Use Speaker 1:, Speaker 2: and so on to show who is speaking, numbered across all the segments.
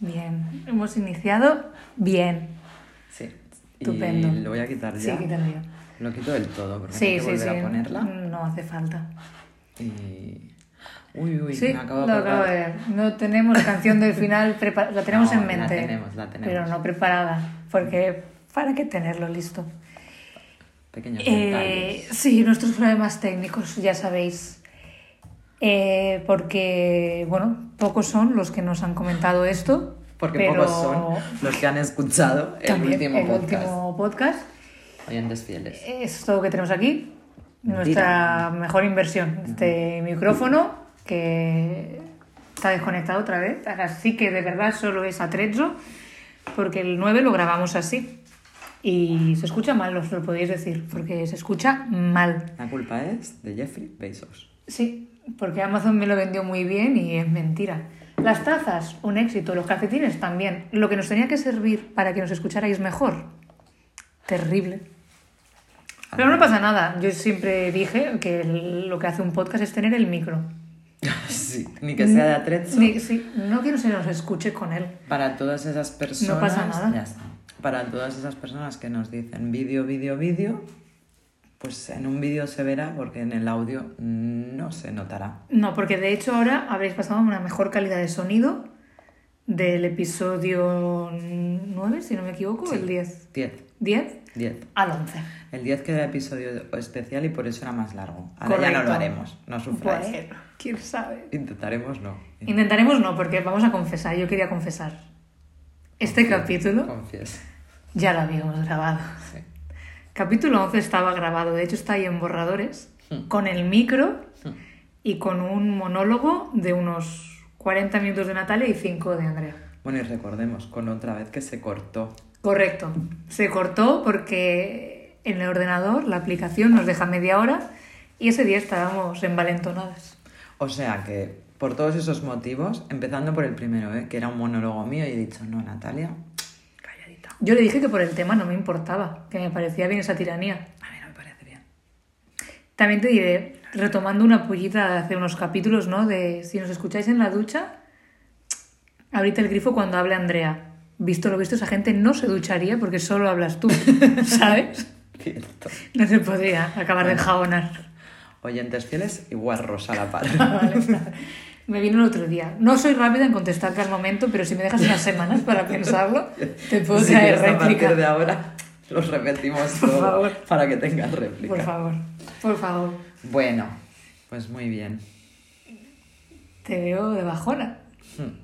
Speaker 1: Bien, hemos iniciado bien.
Speaker 2: Sí.
Speaker 1: Estupendo.
Speaker 2: Y lo voy a quitar ya.
Speaker 1: Sí, quítalo ya.
Speaker 2: Lo quito del todo porque
Speaker 1: Sí,
Speaker 2: no hay que
Speaker 1: sí, sí.
Speaker 2: volver a ponerla.
Speaker 1: No hace falta.
Speaker 2: Y... Uy, uy,
Speaker 1: sí,
Speaker 2: me acabo
Speaker 1: lo
Speaker 2: de
Speaker 1: acabo de
Speaker 2: acordar.
Speaker 1: ver. No tenemos canción del final, prepa- la tenemos
Speaker 2: No,
Speaker 1: en mente.
Speaker 2: la tenemos, la tenemos.
Speaker 1: Pero no preparada, porque ¿para qué tenerlo listo?
Speaker 2: Pequeños
Speaker 1: Eh,
Speaker 2: detalles.
Speaker 1: sí, nuestros problemas técnicos, ya sabéis. Eh, porque, bueno, pocos son los que nos han comentado esto.
Speaker 2: Porque
Speaker 1: pero
Speaker 2: pocos son los que han escuchado el
Speaker 1: también
Speaker 2: último
Speaker 1: el
Speaker 2: podcast.
Speaker 1: último podcast.
Speaker 2: Oyentes fieles.
Speaker 1: Es todo lo que tenemos aquí. Nuestra mejor inversión. Este micrófono que está desconectado otra vez. Así que de verdad solo es atrezzo. Porque el 9 lo grabamos así. Y se escucha mal, os lo podéis decir. Porque se escucha mal.
Speaker 2: La culpa es de Jeffrey Bezos.
Speaker 1: Sí, porque Amazon me lo vendió muy bien y es mentira. Las tazas, un éxito. Los calcetines también. Lo que nos tenía que servir para que nos escucharais mejor. Terrible. Pero no pasa nada. Yo siempre dije que el- lo que hace un podcast es tener el micro.
Speaker 2: sí, ni que sea de atrezzo.
Speaker 1: Ni- sí, no quiero que se nos escuche con él.
Speaker 2: Para todas esas personas.
Speaker 1: No pasa nada.
Speaker 2: Ya está. Para todas esas personas que nos dicen vídeo, vídeo, vídeo, pues en un vídeo se verá porque en el audio no se notará.
Speaker 1: No, porque de hecho ahora habréis pasado a una mejor calidad de sonido del episodio 9, si no me equivoco, el 10.
Speaker 2: 10.
Speaker 1: 10
Speaker 2: 10.
Speaker 1: al 11.
Speaker 2: El 10 que era episodio especial y por eso era más largo. Ahora ya no
Speaker 1: Correcto.
Speaker 2: lo haremos, no sufráis.
Speaker 1: Bueno, Pues, quién sabe.
Speaker 2: Intentaremos no.
Speaker 1: Intentaremos no, porque vamos a confesar. Yo quería confesar. Este capítulo
Speaker 2: Confieso.
Speaker 1: ya lo habíamos grabado.
Speaker 2: Sí.
Speaker 1: Capítulo 11 estaba grabado, de hecho está ahí en borradores, con el micro y con un monólogo de unos 40 minutos de Natalia y 5 de Andrea.
Speaker 2: Bueno, y recordemos con otra vez que se cortó.
Speaker 1: Correcto, se cortó porque en el ordenador la aplicación nos deja media hora y ese día estábamos envalentonadas.
Speaker 2: O sea que, por todos esos motivos, empezando por el primero, ¿eh? que era un monólogo mío, y he dicho, no, Natalia, calladita.
Speaker 1: Yo le dije que por el tema no me importaba, que me parecía bien esa tiranía.
Speaker 2: A mí no me parece bien.
Speaker 1: También te diré, retomando una pullita de hace unos capítulos, ¿no? De si nos escucháis en la ducha, ahorita el grifo cuando hable Andrea. Visto lo visto, esa gente no se ducharía porque solo hablas tú, ¿sabes?
Speaker 2: Cierto.
Speaker 1: No se podría acabar de enjabonar.
Speaker 2: Oyentes fieles y guarros a la par.
Speaker 1: Vale, está. Me vino el otro día. No soy rápida en contestarte al momento, pero si me dejas unas semanas para pensarlo, te puedo
Speaker 2: si
Speaker 1: traer
Speaker 2: quieres, a partir de
Speaker 1: réplica.
Speaker 2: ahora los repetimos
Speaker 1: Por
Speaker 2: todo
Speaker 1: favor.
Speaker 2: para que tengas réplica.
Speaker 1: Por favor, por favor.
Speaker 2: Bueno, pues muy bien.
Speaker 1: Te veo de bajona.
Speaker 2: Hmm.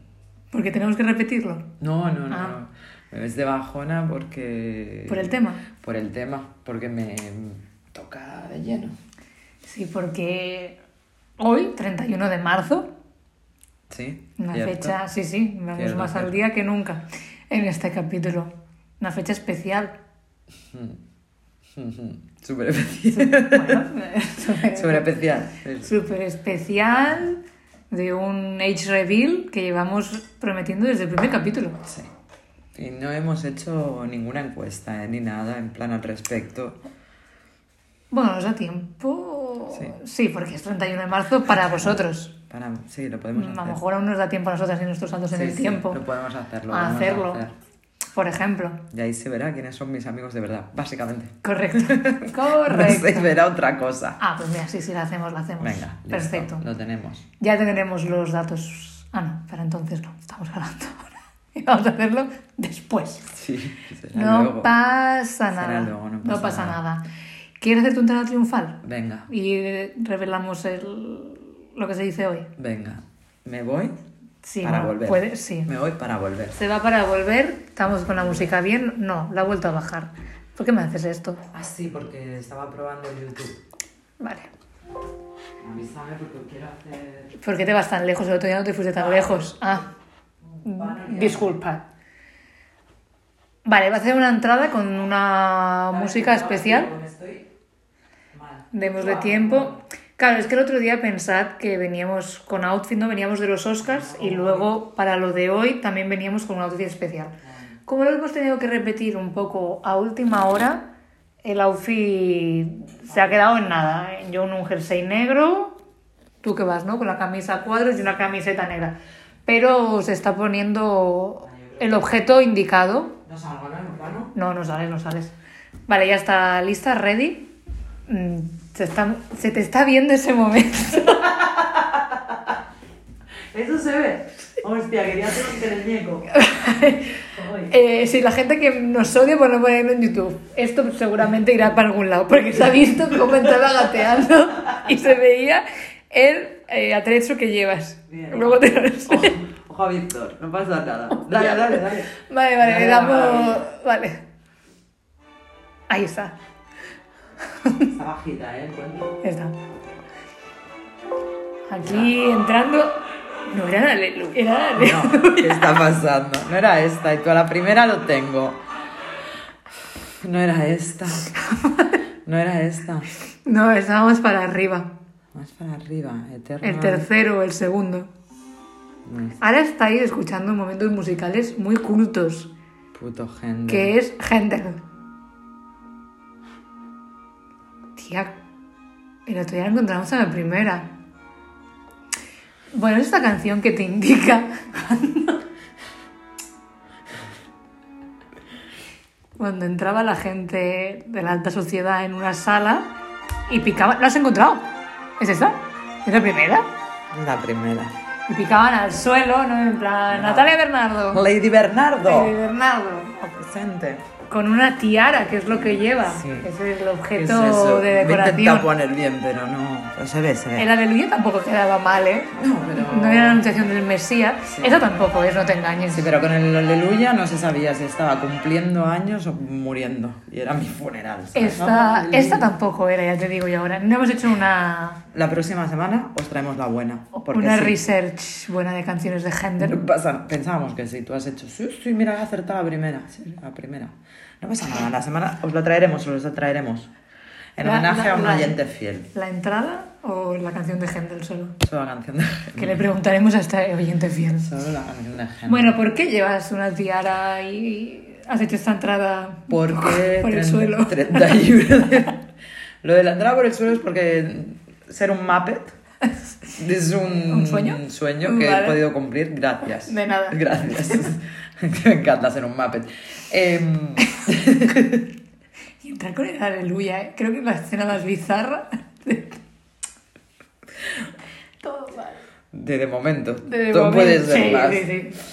Speaker 1: Porque tenemos que repetirlo.
Speaker 2: No, no, no,
Speaker 1: Ah.
Speaker 2: no. Me ves de bajona porque...
Speaker 1: Por el tema.
Speaker 2: Por el tema, porque me toca de lleno.
Speaker 1: Sí, porque hoy, 31 de marzo,
Speaker 2: Sí.
Speaker 1: una
Speaker 2: cierto.
Speaker 1: fecha, sí, sí, vamos
Speaker 2: Cierto,
Speaker 1: más al
Speaker 2: cierto.
Speaker 1: día que nunca en este capítulo. Una fecha especial.
Speaker 2: Súper especial.
Speaker 1: Bueno,
Speaker 2: Súper
Speaker 1: súper
Speaker 2: especial.
Speaker 1: súper especial de un age reveal que llevamos prometiendo desde el primer capítulo.
Speaker 2: Sí. Y no hemos hecho ninguna encuesta eh, ni nada en plan al respecto.
Speaker 1: Bueno, nos da tiempo.
Speaker 2: Sí.
Speaker 1: Sí, porque es 31 de marzo para vosotros.
Speaker 2: Para... Sí, lo podemos hacer.
Speaker 1: A lo mejor aún nos da tiempo a nosotras y nuestros santos en
Speaker 2: Sí,
Speaker 1: el
Speaker 2: sí,
Speaker 1: tiempo
Speaker 2: lo podemos hacer, lo
Speaker 1: a
Speaker 2: podemos
Speaker 1: hacerlo.
Speaker 2: hacer.
Speaker 1: Por ejemplo.
Speaker 2: Y ahí se verá quiénes son mis amigos de verdad, básicamente.
Speaker 1: Correcto.
Speaker 2: No se
Speaker 1: Correcto.
Speaker 2: verá otra cosa.
Speaker 1: Ah, pues mira, sí, sí, la hacemos, la hacemos.
Speaker 2: Venga, listo,
Speaker 1: Perfecto.
Speaker 2: Lo tenemos.
Speaker 1: Ya tendremos los datos. Ah, no, para entonces no, estamos grabando ahora. Y vamos a hacerlo después.
Speaker 2: Sí, será
Speaker 1: No
Speaker 2: luego.
Speaker 1: pasa
Speaker 2: Será
Speaker 1: nada.
Speaker 2: luego, no pasa
Speaker 1: nada. ¿Quieres hacer tu entrada triunfal?
Speaker 2: Venga,
Speaker 1: Y eh, revelamos el- lo que se dice hoy.
Speaker 2: venga. Me voy
Speaker 1: Sí,
Speaker 2: para
Speaker 1: no,
Speaker 2: volver.
Speaker 1: puede- sí.
Speaker 2: Me voy para volver.
Speaker 1: Se va para volver, estamos con la música bien. No, la he vuelto a bajar. ¿Por qué me haces esto?
Speaker 2: Ah, sí, porque estaba probando el YouTube.
Speaker 1: Vale.
Speaker 2: Avísame porque quiero hacer...
Speaker 1: ¿Por qué te vas tan lejos? El otro día no te fuiste tan lejos. Ah, disculpa. Vale, va a hacer una entrada con una música especial.
Speaker 2: Estoy mal. Ah,
Speaker 1: Démosle tiempo. Claro, es que el otro día pensad que veníamos con outfit, no veníamos de los Oscars y luego para lo de hoy también veníamos con un outfit especial. Como lo hemos tenido que repetir un poco a última hora, el outfit se ha quedado en nada. ¿eh? Yo en un jersey negro, tú que vas, ¿no? Con la camisa a cuadros y una camiseta negra. Pero se está poniendo el objeto indicado.
Speaker 2: No salgo, ¿no? En plano.
Speaker 1: No, no sales, no sales. Vale, ya está lista, ready. Mm, Se, está- se te está viendo ese momento.
Speaker 2: Eso se ve. Hostia, quería hacer un teleñeco. Uy.
Speaker 1: Eh, si la gente que nos odia por no ponerlo en YouTube, esto seguramente irá para algún lado, porque se ha visto cómo entraba gateando y se veía el eh, atrezo que llevas.
Speaker 2: Bien.
Speaker 1: Luego te lo enseño.
Speaker 2: Ojo, ojo a Víctor, no pasa nada. Dale, dale, dale.
Speaker 1: Vale, vale, le
Speaker 2: Dale,
Speaker 1: damos. Vale. Ahí está.
Speaker 2: Está bajita, ¿eh? el cuento.
Speaker 1: Ya está. Aquí entrando. No era la aleluya. Era la alelu-
Speaker 2: No, ¿qué está pasando? No era esta, y tú a la primera lo tengo. No era esta. No era esta.
Speaker 1: No, estábamos para arriba.
Speaker 2: Más para arriba, eterno.
Speaker 1: El tercero, el segundo. Ahora estáis escuchando momentos musicales muy cultos,
Speaker 2: Puto gente.
Speaker 1: que es Händel. Tía, el otro día la encontramos en la primera. Bueno, es esta canción que te indica. Cuando entraba la gente de la alta sociedad en una sala y picaba. ¿Lo has encontrado? ¿Es esta? ¿Es la primera?
Speaker 2: La primera.
Speaker 1: Y picaban al suelo, ¿no? En plan, Natalia Bernardo.
Speaker 2: Lady
Speaker 1: Lady
Speaker 2: Bernardo.
Speaker 1: Bernardo.
Speaker 2: Presente.
Speaker 1: Con una tiara, que es lo que lleva.
Speaker 2: Sí.
Speaker 1: Ese es el
Speaker 2: ¿Qué es
Speaker 1: objeto
Speaker 2: eso?
Speaker 1: de
Speaker 2: Me intenta
Speaker 1: decoración.
Speaker 2: poner bien, pero no. Pero se ve, se ve.
Speaker 1: El aleluya tampoco quedaba mal, ¿eh?
Speaker 2: No, pero-
Speaker 1: No era la anunciación del Mesías.
Speaker 2: Sí.
Speaker 1: Eso tampoco es, no te engañes.
Speaker 2: Sí, pero con el aleluya no se sabía si estaba cumpliendo años o muriendo. Y era mi funeral. ¿sabes?
Speaker 1: Esta,
Speaker 2: Aleluya.
Speaker 1: esta tampoco era, ya te digo yo ahora. No hemos hecho una,
Speaker 2: La próxima semana os traemos la buena.
Speaker 1: Oh,
Speaker 2: Porque
Speaker 1: una
Speaker 2: sí.
Speaker 1: research buena de canciones de Händel.
Speaker 2: No pasa- pensábamos que sí, tú has hecho, sí, sí, mira, he acertado la primera, sí, la primera. No pasa nada, la semana os la traeremos, os la traeremos. En
Speaker 1: La-
Speaker 2: homenaje
Speaker 1: la-
Speaker 2: a un
Speaker 1: la-
Speaker 2: oyente fiel.
Speaker 1: ¿La entrada o la canción de Händel solo?
Speaker 2: Solo la canción de
Speaker 1: Que le preguntaremos a este oyente fiel.
Speaker 2: Solo la canción de gente.
Speaker 1: Bueno, pues ¿por qué llevas una tiara y has hecho esta entrada
Speaker 2: porque...
Speaker 1: por el
Speaker 2: 30
Speaker 1: suelo?
Speaker 2: 30 libras de- Lo de la entrada por el suelo es porque ser un Muppet es un,
Speaker 1: ¿Un sueño?
Speaker 2: que
Speaker 1: Vale.
Speaker 2: he podido cumplir, gracias.
Speaker 1: De nada.
Speaker 2: Gracias. Me encanta ser un Muppet. Em,
Speaker 1: Y entrar con el aleluya, ¿eh? creo que es la escena más bizarra. de- Todo mal.
Speaker 2: de, de momento.
Speaker 1: De
Speaker 2: Todo
Speaker 1: momento-
Speaker 2: puede ser
Speaker 1: sí,
Speaker 2: más.
Speaker 1: sí, sí.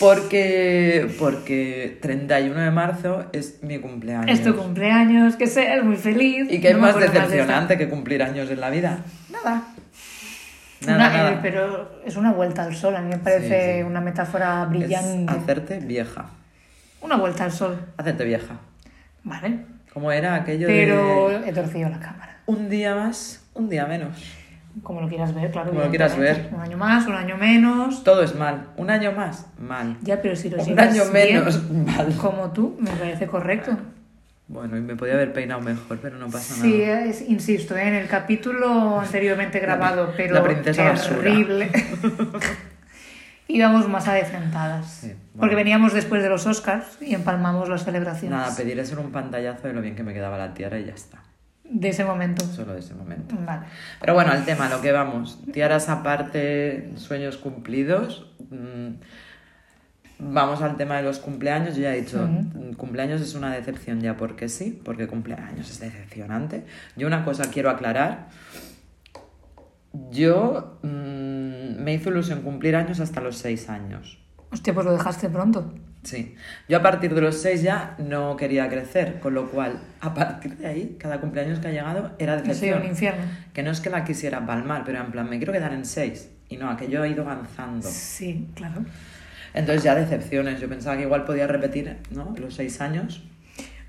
Speaker 2: Porque, porque 31 de marzo es mi cumpleaños.
Speaker 1: Es tu cumpleaños, que seas muy feliz.
Speaker 2: Y que es
Speaker 1: No me
Speaker 2: más
Speaker 1: acuerdo de esta.
Speaker 2: decepcionante que cumplir años en la vida.
Speaker 1: Nada.
Speaker 2: Nada,
Speaker 1: Una-
Speaker 2: nada.
Speaker 1: eh, pero es una vuelta al sol, a mí me parece
Speaker 2: Sí, sí.
Speaker 1: una metáfora
Speaker 2: Es
Speaker 1: brillante.
Speaker 2: hacerte vieja.
Speaker 1: Una vuelta al sol,
Speaker 2: Hacerte vieja.
Speaker 1: ¿vale?
Speaker 2: Como era aquello
Speaker 1: Pero
Speaker 2: de
Speaker 1: he torcido la cámara.
Speaker 2: un día más, un día menos.
Speaker 1: Como lo quieras ver, claro.
Speaker 2: Como lo quieras
Speaker 1: evidentemente.
Speaker 2: ver.
Speaker 1: Un año más, un año menos.
Speaker 2: Todo es mal. Un año más, mal.
Speaker 1: Ya, pero si lo
Speaker 2: Un
Speaker 1: llevas
Speaker 2: año
Speaker 1: bien,
Speaker 2: menos, mal.
Speaker 1: Como tú, me parece correcto.
Speaker 2: Bueno, y me podía haber peinado mejor, pero no pasa
Speaker 1: Sí,
Speaker 2: nada.
Speaker 1: es- insisto, ¿eh? en el capítulo anteriormente grabado, pero
Speaker 2: la princesa basura.
Speaker 1: terrible. Íbamos más adecentadas.
Speaker 2: Sí, bueno.
Speaker 1: Porque veníamos después de los Oscars y empalmamos las celebraciones
Speaker 2: Nada, pediré solo un pantallazo de lo bien que me quedaba la tierra y ya está.
Speaker 1: de ese momento.
Speaker 2: Solo de ese momento.
Speaker 1: Vale.
Speaker 2: Pero bueno, al tema, lo que vamos. Tiaras aparte, sueños cumplidos. mm, Vamos al tema de los cumpleaños. Yo ya he dicho, mm, cumpleaños es una decepción ya porque sí, porque cumpleaños es decepcionante. Yo una cosa quiero aclarar. Yo mm, me hizo ilusión cumplir años hasta los seis años.
Speaker 1: Hostia, pues lo dejaste pronto.
Speaker 2: Sí. Yo a partir de los seis ya no quería crecer, con lo cual a partir de ahí cada cumpleaños que ha llegado era
Speaker 1: Ha sido
Speaker 2: decepción.
Speaker 1: un infierno.
Speaker 2: Que no es que la quisiera palmar, pero en plan, me quiero quedar en seis. Y no, aquello ha ido avanzando.
Speaker 1: Sí, claro.
Speaker 2: Entonces ya decepciones. Yo pensaba que igual podía repetir, ¿no? Los seis años.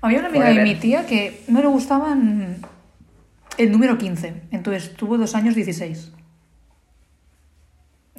Speaker 1: Había una amiga de
Speaker 2: Forever.
Speaker 1: mi tía que no le gustaban el número 15, entonces tuvo dos años 16.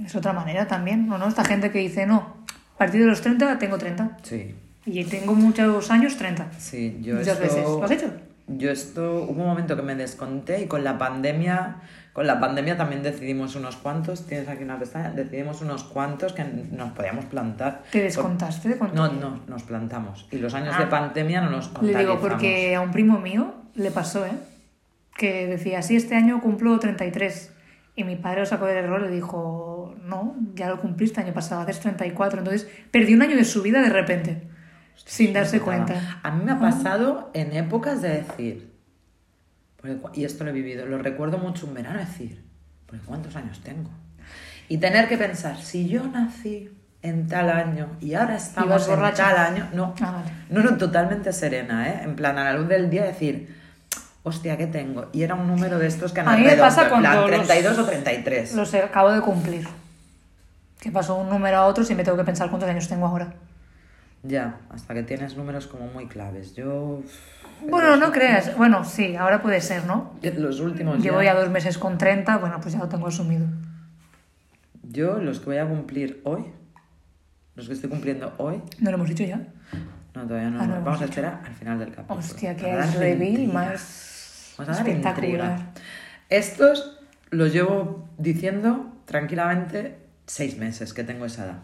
Speaker 1: Es otra manera también, ¿no? no? Esta gente que dice, no, a partir de los 30 tengo 30.
Speaker 2: Sí.
Speaker 1: Y tengo muchos años 30.
Speaker 2: Sí, yo
Speaker 1: Muchas
Speaker 2: esto-
Speaker 1: veces. ¿Lo has hecho?
Speaker 2: Yo esto, hubo un momento que me desconté y con la pandemia, con la pandemia también decidimos unos cuantos, tienes aquí una pestaña, decidimos unos cuantos que nos podíamos plantar.
Speaker 1: ¿Te descontaste? de cuánto?
Speaker 2: No, no, nos plantamos. Y los años
Speaker 1: Ah.
Speaker 2: de pandemia no nos
Speaker 1: Le digo,
Speaker 2: contabilizamos.
Speaker 1: porque a un primo mío le pasó, ¿eh? Que decía, sí, este año cumplo 33. Y mi padre lo sacó del error y le dijo, no, ya lo cumpliste el año pasado, haces 34, entonces perdí un año de su vida de repente, sin darse cuenta. Ah.
Speaker 2: A mí me ha pasado en épocas de decir, porque cu- y esto lo he vivido, lo recuerdo mucho un verano, decir, porque ¿cuántos años tengo? Y tener que pensar, si yo nací en tal año y ahora estamos
Speaker 1: Ibas
Speaker 2: en
Speaker 1: borracha.
Speaker 2: tal año, no,
Speaker 1: Ah, vale.
Speaker 2: no, no, totalmente serena, ¿eh? En plan, a la luz del día decir, hostia, ¿qué tengo? Y era un número de estos que no
Speaker 1: A
Speaker 2: es
Speaker 1: mí me
Speaker 2: redondo,
Speaker 1: pasa
Speaker 2: en
Speaker 1: cuando
Speaker 2: plan,
Speaker 1: los-
Speaker 2: 32 o 33.
Speaker 1: Los acabo de cumplir. Que pasó un número a otro si me tengo que pensar cuántos años tengo ahora.
Speaker 2: Ya, hasta que tienes números como muy claves. Yo.
Speaker 1: Bueno, no creas. Bueno, sí, ahora puede ser, ¿no?
Speaker 2: en Los últimos.
Speaker 1: Llevo ya
Speaker 2: ya-
Speaker 1: dos meses con 30, bueno, pues ya lo tengo asumido.
Speaker 2: Yo, los que voy a cumplir hoy, los que estoy cumpliendo hoy,
Speaker 1: ¿No lo hemos dicho ya?
Speaker 2: no, todavía no.
Speaker 1: Ah, no,
Speaker 2: vamos
Speaker 1: hemos
Speaker 2: a esperar al final del capítulo.
Speaker 1: Hostia, que
Speaker 2: Para
Speaker 1: es
Speaker 2: darle
Speaker 1: reveal
Speaker 2: intriga.
Speaker 1: más
Speaker 2: Vamos a dar intriga.
Speaker 1: espectacular.
Speaker 2: Estos los llevo diciendo tranquilamente seis meses que tengo esa edad.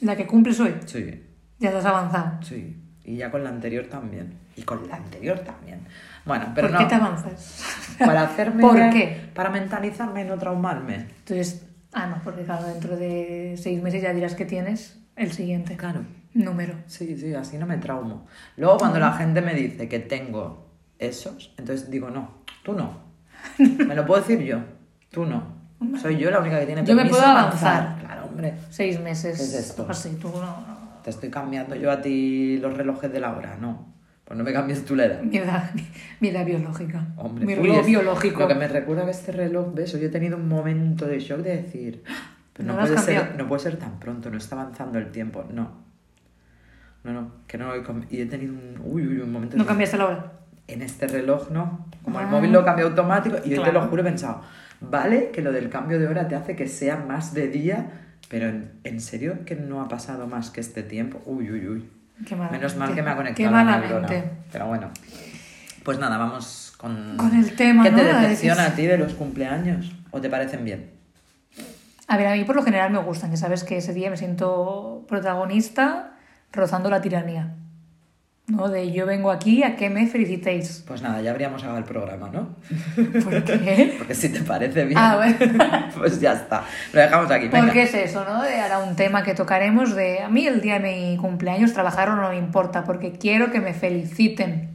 Speaker 1: La que cumples hoy,
Speaker 2: Sí,
Speaker 1: ya te has avanzado.
Speaker 2: sí. Y ya con la anterior también. Y con la anterior también. Bueno, pero
Speaker 1: ¿Por
Speaker 2: no.
Speaker 1: qué te avanzas?
Speaker 2: Para hacerme.
Speaker 1: ¿Por qué?
Speaker 2: Para mentalizarme y no traumarme.
Speaker 1: Entonces, ah, no, porque claro, dentro de seis meses ya dirás que tienes el siguiente
Speaker 2: Claro.
Speaker 1: número.
Speaker 2: Sí, sí, así no me traumo. Luego cuando la gente me dice que tengo esos, entonces digo, no, tú no. Me lo puedo decir yo, tú no. Soy yo la única que tiene
Speaker 1: Yo me
Speaker 2: permiso
Speaker 1: puedo
Speaker 2: de
Speaker 1: avanzar.
Speaker 2: Claro, hombre.
Speaker 1: Seis meses.
Speaker 2: ¿Qué es esto?
Speaker 1: Así, tú no, no.
Speaker 2: Te estoy cambiando yo a ti los relojes de la hora, no. Pues no me cambies tú la edad.
Speaker 1: Mi edad, mi edad biológica.
Speaker 2: Hombre,
Speaker 1: mi
Speaker 2: uy,
Speaker 1: reloj
Speaker 2: es-
Speaker 1: biológico.
Speaker 2: Lo que me recuerda que este reloj, ves, hoy he tenido un momento de shock de decir, "Ah, pero no,
Speaker 1: No lo has
Speaker 2: puede ser,
Speaker 1: cambiado".
Speaker 2: no puede ser tan pronto, no está avanzando el tiempo, no. No, no, que no lo he cam- Y he tenido un, uy, uy, un momento
Speaker 1: No
Speaker 2: de-
Speaker 1: cambiaste la hora.
Speaker 2: en este reloj no. Como el
Speaker 1: Ah.
Speaker 2: móvil lo cambia automático, y yo te
Speaker 1: Claro.
Speaker 2: lo juro, he pensado, vale que lo del cambio de hora te hace que sea más de día, pero en, en serio que no ha pasado más que este tiempo. Uy, uy, uy.
Speaker 1: Qué malamente.
Speaker 2: Menos mal que me ha conectado
Speaker 1: Qué
Speaker 2: la
Speaker 1: malamente.
Speaker 2: neurona. Pero bueno. Pues nada, vamos con.
Speaker 1: Con el tema,
Speaker 2: ¿Qué te
Speaker 1: ¿no? A
Speaker 2: decepciona
Speaker 1: veces-
Speaker 2: a ti de los cumpleaños? ¿O te parecen bien?
Speaker 1: A ver, a mí por lo general me gustan, ya sabes que ese día me siento protagonista rozando la tiranía. ¿No? De yo vengo aquí a que me felicitéis.
Speaker 2: Pues nada, ya habríamos acabado el programa, ¿no?
Speaker 1: ¿Por qué?
Speaker 2: Porque si te parece bien.
Speaker 1: Ah, bueno.
Speaker 2: pues ya está. Lo dejamos aquí. venga.
Speaker 1: Porque es eso, ¿no? De ahora un tema que tocaremos de a mí el día de mi cumpleaños trabajar o no me importa, porque quiero que me feliciten.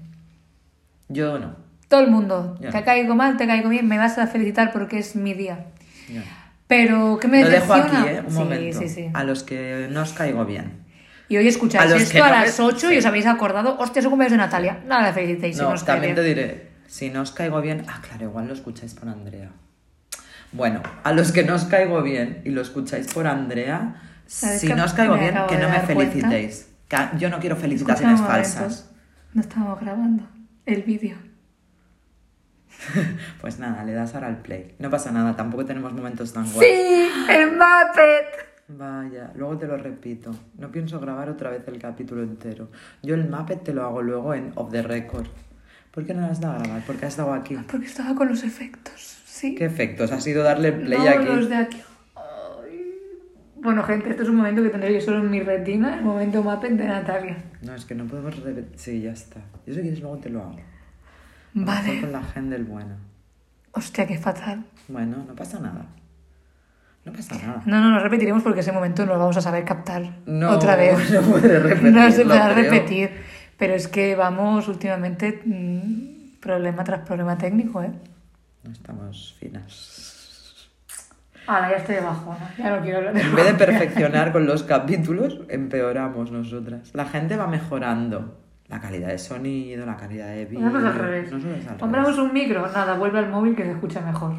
Speaker 2: Yo no.
Speaker 1: Todo el mundo,
Speaker 2: Ya.
Speaker 1: te caigo mal, te caigo bien, me vas a felicitar porque es mi día.
Speaker 2: Yo no.
Speaker 1: Pero, ¿qué me
Speaker 2: Lo dejo
Speaker 1: decepciona?
Speaker 2: aquí, ¿eh? Un
Speaker 1: sí,
Speaker 2: momento.
Speaker 1: sí, sí.
Speaker 2: A los que no os caigo bien.
Speaker 1: Y hoy escucháis
Speaker 2: A los que
Speaker 1: esto a
Speaker 2: no me-
Speaker 1: las 8 y os habéis acordado, hostia, es un cumpleaños de Natalia. Nada, la felicitéis. si
Speaker 2: no,
Speaker 1: os cae
Speaker 2: también te
Speaker 1: bien.
Speaker 2: diré, si no os caigo bien... Ah, claro, igual lo escucháis por Andrea. Bueno, a los que no os caigo bien y lo escucháis por Andrea,
Speaker 1: ¿Sabes
Speaker 2: si
Speaker 1: que
Speaker 2: no os caigo
Speaker 1: me
Speaker 2: bien,
Speaker 1: acabo
Speaker 2: que
Speaker 1: de
Speaker 2: no me
Speaker 1: dar cuenta?
Speaker 2: felicitéis. Ca- Yo no quiero
Speaker 1: Escucha
Speaker 2: felicitaciones
Speaker 1: un momento.
Speaker 2: falsas.
Speaker 1: No estábamos grabando el vídeo.
Speaker 2: Pues nada, le das ahora al play. No pasa nada, tampoco tenemos momentos tan guays.
Speaker 1: ¡Sí! ¡El Muppet!
Speaker 2: Vaya, luego te lo repito. No pienso grabar otra vez el capítulo entero. Yo el Muppet te lo hago luego en Off the Record. ¿Por qué no lo has dado a grabar? Porque has dado aquí.
Speaker 1: Porque estaba con los efectos, sí.
Speaker 2: ¿Qué efectos? Ha sido darle play
Speaker 1: no,
Speaker 2: aquí.
Speaker 1: los de aquí. Ay. Bueno, gente, este es un momento que tendré yo solo en mi retina, el momento Muppet de Natalia.
Speaker 2: No, es que no podemos repetir. Sí, ya está. Yo si quieres luego te lo hago. A lo mejor
Speaker 1: Vale.
Speaker 2: Con la gente del bueno.
Speaker 1: Hostia, qué fatal.
Speaker 2: Bueno, no pasa nada. No pasa nada.
Speaker 1: No, no, nos repetiremos porque ese momento no lo vamos a saber captar
Speaker 2: No,
Speaker 1: otra vez.
Speaker 2: no puede repetirlo,
Speaker 1: No se puede
Speaker 2: creo.
Speaker 1: repetir. Pero es que vamos últimamente mm, problema tras problema técnico, ¿eh?
Speaker 2: No estamos finas.
Speaker 1: Ahora ya estoy de bajona, ya no quiero hablar de
Speaker 2: En vez de perfeccionar con los capítulos, empeoramos nosotras. La gente va mejorando. La calidad de sonido, la calidad de vídeo.
Speaker 1: Nosotros al revés.
Speaker 2: Nosotros al
Speaker 1: Compramos
Speaker 2: revés.
Speaker 1: un micro, nada, vuelve al móvil que se escucha mejor.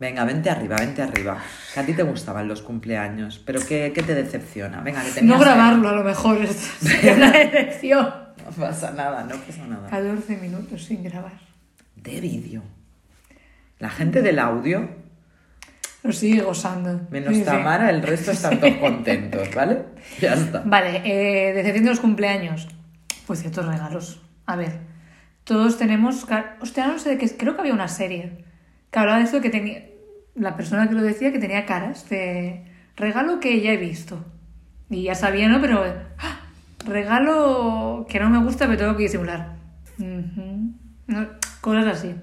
Speaker 2: Venga, vente arriba, vente arriba. Que a ti te gustaban los cumpleaños, pero ¿qué, qué te decepciona? Venga, que
Speaker 1: No
Speaker 2: tenías que-
Speaker 1: grabarlo a lo mejor, es una decepción.
Speaker 2: No pasa nada, no pasa nada.
Speaker 1: 14 minutos sin grabar.
Speaker 2: de vídeo. La gente del audio,
Speaker 1: Lo sigue gozando.
Speaker 2: menos
Speaker 1: Sí, sí.
Speaker 2: Tamara, el resto están todos contentos, ¿vale? Ya está.
Speaker 1: Vale, eh, decepción de los cumpleaños. Pues ciertos regalos. A ver, todos tenemos... ca- Hostia, no sé de qué... Creo que había una serie que hablaba de esto que tenía... La persona que lo decía que tenía caras de regalo que ya he visto. Y ya sabía, ¿no? Pero... ¡ah! Regalo que no me gusta, pero tengo que disimular. Ujú. No, cosas así.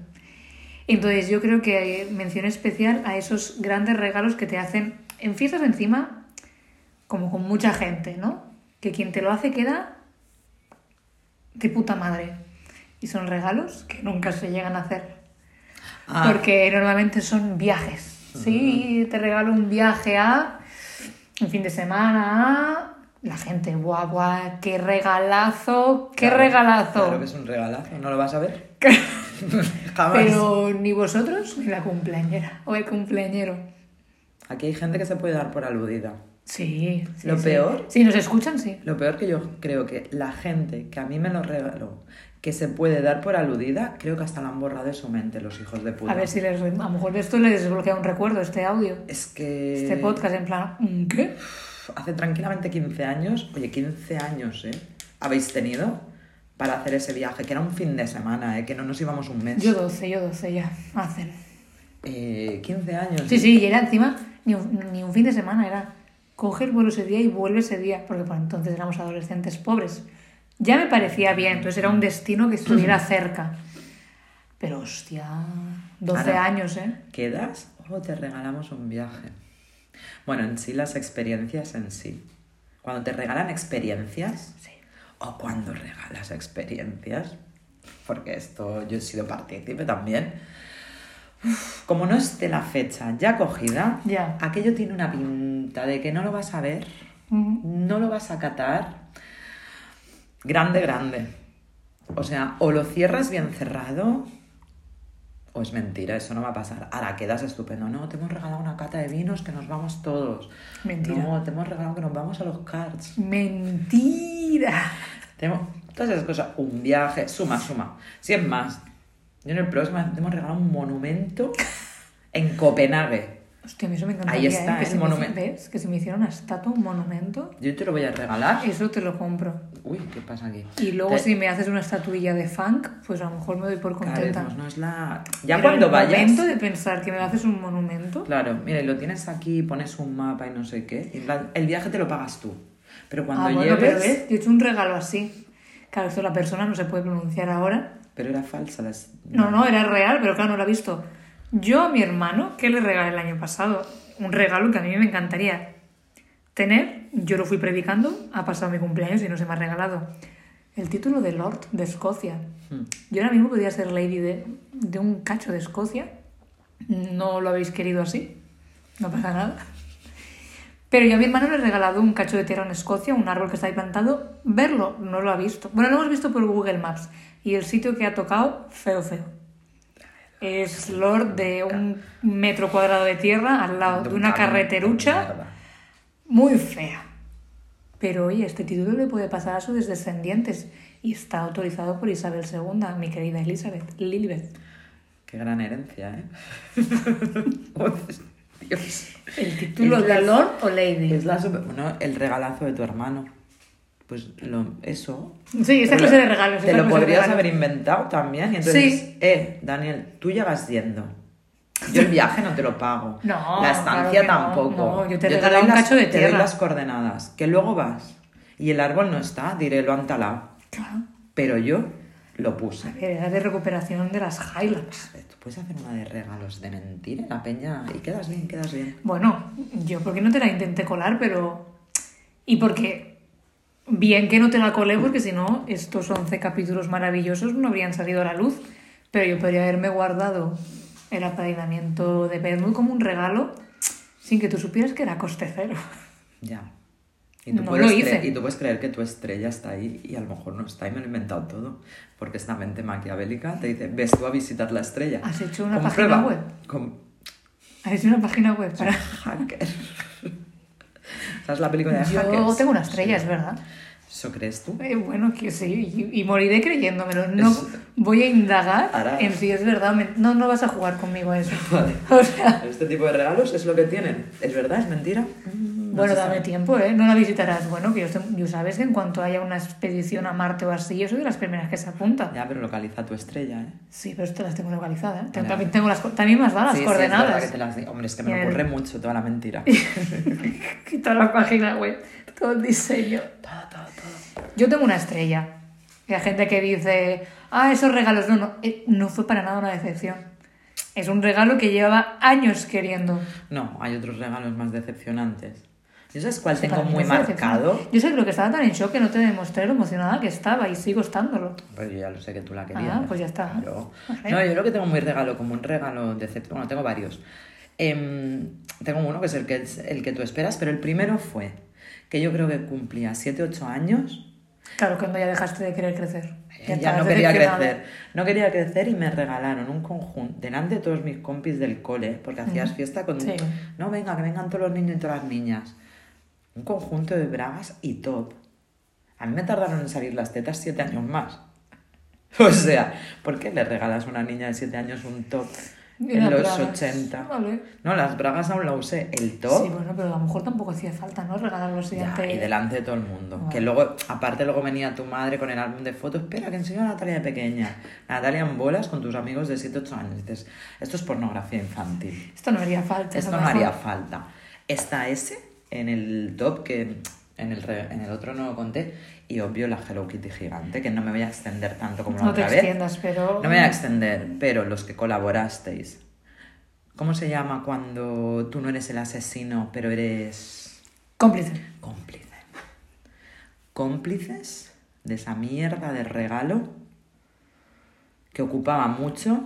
Speaker 1: Entonces yo creo que eh, mención especial a esos grandes regalos que te hacen en fiestas encima, como con mucha gente, ¿no? Que quien te lo hace queda de puta madre. Y son regalos que nunca se llegan a hacer.
Speaker 2: Ah.
Speaker 1: Porque normalmente son viajes. Sí, te regalo un viaje a un fin de semana a la gente. Guau, guau, qué regalazo, qué
Speaker 2: Claro,
Speaker 1: regalazo.
Speaker 2: Claro que es un regalazo, no lo vas a ver. Jamás.
Speaker 1: Pero ni vosotros ni la cumpleañera o el cumpleañero.
Speaker 2: Aquí hay gente que se puede dar por aludida.
Speaker 1: Sí. sí,
Speaker 2: Lo
Speaker 1: sí.
Speaker 2: peor-
Speaker 1: Si nos escuchan, sí.
Speaker 2: Lo peor que yo creo que la gente que a mí me lo regaló, que se puede dar por aludida, creo que hasta la han borrado de su mente los hijos de puta.
Speaker 1: A ver si les, a lo mejor esto les desbloquea un recuerdo, este audio,
Speaker 2: Es que...
Speaker 1: este podcast, en plan, ¿un ¿qué?
Speaker 2: Hace tranquilamente 15 años, oye, 15 años, ¿eh? Habéis tenido para hacer ese viaje, que era un fin de semana, ¿eh? Que no nos íbamos un mes.
Speaker 1: Yo 12, yo 12 ya, hacen.
Speaker 2: Eh, 15 años.
Speaker 1: Sí, sí, y era encima ni un, ni un fin de semana, era coge el vuelo ese día y vuelve ese día, porque por entonces éramos adolescentes pobres. Ya me parecía bien, entonces era un destino que estuviera cerca. Pero hostia, 12
Speaker 2: Ahora-
Speaker 1: años, ¿eh?
Speaker 2: ¿Quedas o te regalamos un viaje? Bueno, en sí las experiencias en sí. Cuando te regalan experiencias
Speaker 1: Sí.
Speaker 2: o cuando regalas experiencias, porque esto yo he sido partícipe también, Uf, como no esté la fecha ya cogida,
Speaker 1: Ya.
Speaker 2: aquello tiene una pinta de que no lo vas a ver,
Speaker 1: Mm.
Speaker 2: no lo vas a catar. Grande, grande. O sea, o lo cierras bien cerrado, o es mentira, eso no va a pasar. Ahora quedas estupendo. No, te hemos regalado una cata de vinos que nos vamos todos.
Speaker 1: Mentira.
Speaker 2: No, te hemos regalado que nos vamos a los cards.
Speaker 1: Mentira.
Speaker 2: Te hemos- Todas esas cosas. Un viaje, suma, suma. Si es más, yo en el próximo te hemos regalado un monumento en Copenhague.
Speaker 1: Hostia, a mí eso me encantaría.
Speaker 2: Ahí está,
Speaker 1: ¿eh? que
Speaker 2: el
Speaker 1: se me
Speaker 2: monumento.
Speaker 1: hici- ¿Ves? Que si me hiciera una estatua, un monumento,
Speaker 2: Yo te lo voy a regalar.
Speaker 1: eso te lo compro.
Speaker 2: Uy, ¿qué pasa aquí?
Speaker 1: Y luego
Speaker 2: Te-
Speaker 1: si me haces una estatuilla de funk, pues a lo mejor me doy por contenta.
Speaker 2: Claro, pues, no es la... Ya
Speaker 1: Pero
Speaker 2: cuando
Speaker 1: el
Speaker 2: vayas...
Speaker 1: momento de pensar que me haces un monumento,
Speaker 2: Claro, mira, y lo tienes aquí, pones un mapa y no sé qué. y en plan, el viaje te lo pagas tú. Pero cuando
Speaker 1: ah, bueno,
Speaker 2: lleves...
Speaker 1: pero ves, yo he hecho un regalo así. Claro, esto la persona no se puede pronunciar ahora.
Speaker 2: Pero era falsa las...
Speaker 1: No, no, era real, pero claro, no lo ha visto. Yo a mi hermano, ¿qué le regalé el año pasado? Un regalo que a mí me encantaría tener. Yo lo fui predicando, ha pasado mi cumpleaños y no se me ha regalado. El título de Lord de Escocia. Yo ahora mismo podría ser Lady de, de un cacho de Escocia. No lo habéis querido así. No pasa nada. Pero yo a mi hermano le he regalado un cacho de tierra en Escocia, un árbol que está ahí plantado. Verlo, no lo ha visto. Bueno, lo hemos visto por Google Maps. Y el sitio que ha tocado, feo, feo. Es Lord de un metro cuadrado de tierra al lado de
Speaker 2: un
Speaker 1: una
Speaker 2: camión,
Speaker 1: carreterucha
Speaker 2: mierda.
Speaker 1: muy fea. Pero oye, este título le puede pasar a sus descendientes y está autorizado por Isabel II, mi querida Elizabeth, Lilibet.
Speaker 2: Qué gran herencia, ¿eh? Joder, Dios.
Speaker 1: El título
Speaker 2: Es la-
Speaker 1: de Lord o Lady.
Speaker 2: Es la super- Bueno, el regalazo de tu hermano. Pues lo... eso...
Speaker 1: Sí, esta
Speaker 2: Pero
Speaker 1: clase de regalos.
Speaker 2: Te
Speaker 1: esta
Speaker 2: lo
Speaker 1: clase de
Speaker 2: podrías
Speaker 1: regalos.
Speaker 2: haber inventado también. Y entonces,
Speaker 1: Sí.
Speaker 2: eh, Daniel, tú ya vas yendo. Yo el viaje no te lo pago.
Speaker 1: No,
Speaker 2: La estancia
Speaker 1: claro que no,
Speaker 2: tampoco.
Speaker 1: no, yo te
Speaker 2: doy
Speaker 1: regalo un
Speaker 2: las-
Speaker 1: cacho de
Speaker 2: Te doy
Speaker 1: tierra.
Speaker 2: las coordenadas. Que luego vas. Y el árbol no está, diré, lo han talado.
Speaker 1: Claro.
Speaker 2: Pero yo lo puse.
Speaker 1: Era de recuperación de las Highlands.
Speaker 2: Tú puedes hacer una de regalos de mentira, la peña. Y quedas bien, quedas bien.
Speaker 1: Bueno, yo porque no te la intenté colar, pero... Y porque... Bien que no te la colé, porque si no, estos 11 capítulos maravillosos no habrían salido a la luz. Pero yo podría haberme guardado el apadrinamiento de Bermud como un regalo sin que tú supieras que era coste cero.
Speaker 2: Ya. Y tú,
Speaker 1: No
Speaker 2: puedes
Speaker 1: lo hice.
Speaker 2: cre- y tú puedes creer que tu estrella está ahí y a lo mejor no está y me lo he inventado todo. Porque esta mente maquiavélica te dice, ves tú a visitar la estrella.
Speaker 1: Has hecho una
Speaker 2: Comprueba.
Speaker 1: página web.
Speaker 2: Com-
Speaker 1: Has hecho una página web para...
Speaker 2: hacker. ¿Sabes la película de
Speaker 1: Yo
Speaker 2: hackers?
Speaker 1: tengo una estrella, es
Speaker 2: Sí.
Speaker 1: verdad.
Speaker 2: ¿Eso crees tú?
Speaker 1: Eh, bueno, que sí, y, y moriré creyéndomelo. No
Speaker 2: Es-
Speaker 1: voy a indagar
Speaker 2: Harás.
Speaker 1: en si es verdad o men- No, no vas a jugar conmigo a eso.
Speaker 2: Vale.
Speaker 1: O sea,
Speaker 2: Este tipo de regalos es lo que tienen. ¿Es verdad? ¿Es mentira? Mm, no
Speaker 1: bueno,
Speaker 2: se sabe.
Speaker 1: dame tiempo, ¿eh? No la visitarás. Bueno, que yo, estoy- yo sabes que en cuanto haya una expedición a Marte o así, yo soy de las primeras que se apunta.
Speaker 2: Ya, pero localiza tu estrella, ¿eh?
Speaker 1: Sí, pero esto las tengo localizadas. ¿eh?
Speaker 2: Vale.
Speaker 1: También, tengo las, co- también más da las
Speaker 2: Sí, sí, es verdad
Speaker 1: coordenadas.
Speaker 2: que te las di- Hombre, es que me
Speaker 1: Y
Speaker 2: lo
Speaker 1: el-
Speaker 2: ocurre mucho toda la mentira.
Speaker 1: Toda la página web, todo el diseño. Yo tengo una estrella. Y hay gente que dice, ah, esos regalos. No, no, eh, no fue para nada una decepción. Es un regalo que llevaba años queriendo.
Speaker 2: No, hay otros regalos más decepcionantes. ¿Y sabes cuál
Speaker 1: Para
Speaker 2: tengo
Speaker 1: mí
Speaker 2: muy
Speaker 1: es una
Speaker 2: marcado?
Speaker 1: decepción. Yo sé que estaba tan en shock que no te demostré lo emocionada que estaba y sigo estándolo.
Speaker 2: Pero Pues yo ya lo sé que tú la querías.
Speaker 1: pues ya está.
Speaker 2: Claro.
Speaker 1: Vale.
Speaker 2: No, yo lo que tengo muy regalo, como un regalo de excepto, bueno, tengo varios. Em, tengo uno que es el que, el que tú esperas, pero el primero fue que yo creo que cumplía 7, 8 años.
Speaker 1: Claro, cuando ya dejaste de querer crecer.
Speaker 2: eh, Ya
Speaker 1: estabas
Speaker 2: no quería
Speaker 1: decepcionada.
Speaker 2: crecer. No quería crecer y me regalaron un conjunto delante de todos mis compis del cole, porque hacías fiesta con...
Speaker 1: Sí.
Speaker 2: No, venga, que vengan todos los niños y todas las niñas. Un conjunto de bragas y top. A mí me tardaron en salir las tetas siete años más. O sea, ¿por qué le regalas a una niña de siete años un top
Speaker 1: Y
Speaker 2: en
Speaker 1: las
Speaker 2: los
Speaker 1: bragas.
Speaker 2: 80?
Speaker 1: Vale.
Speaker 2: No, las bragas aún lo usé. El
Speaker 1: Sí,
Speaker 2: top.
Speaker 1: bueno, pero a lo mejor tampoco hacía falta, ¿no? Regalarlo así
Speaker 2: ya,
Speaker 1: ante-
Speaker 2: y delante de todo el mundo.
Speaker 1: Vale.
Speaker 2: Que luego, aparte luego venía tu madre con el álbum de fotos. Espera, que enseño a Natalia de pequeña. Natalia en bolas con tus amigos de 7, 8 años. Y dices, esto es pornografía infantil.
Speaker 1: Esto no haría falta.
Speaker 2: Esto
Speaker 1: a lo
Speaker 2: no haría
Speaker 1: mejor.
Speaker 2: falta. Está ese en el top que en el, re- en el otro no lo conté. Y obvio la Hello Kitty gigante, que no me voy a extender tanto como la
Speaker 1: No te
Speaker 2: otra vez.
Speaker 1: extiendas, pero...
Speaker 2: No me voy a extender, pero los que colaborasteis. ¿Cómo se llama cuando tú no eres el asesino, pero eres
Speaker 1: Cómplice.
Speaker 2: cómplice? Cómplices de esa mierda de regalo que ocupaba mucho,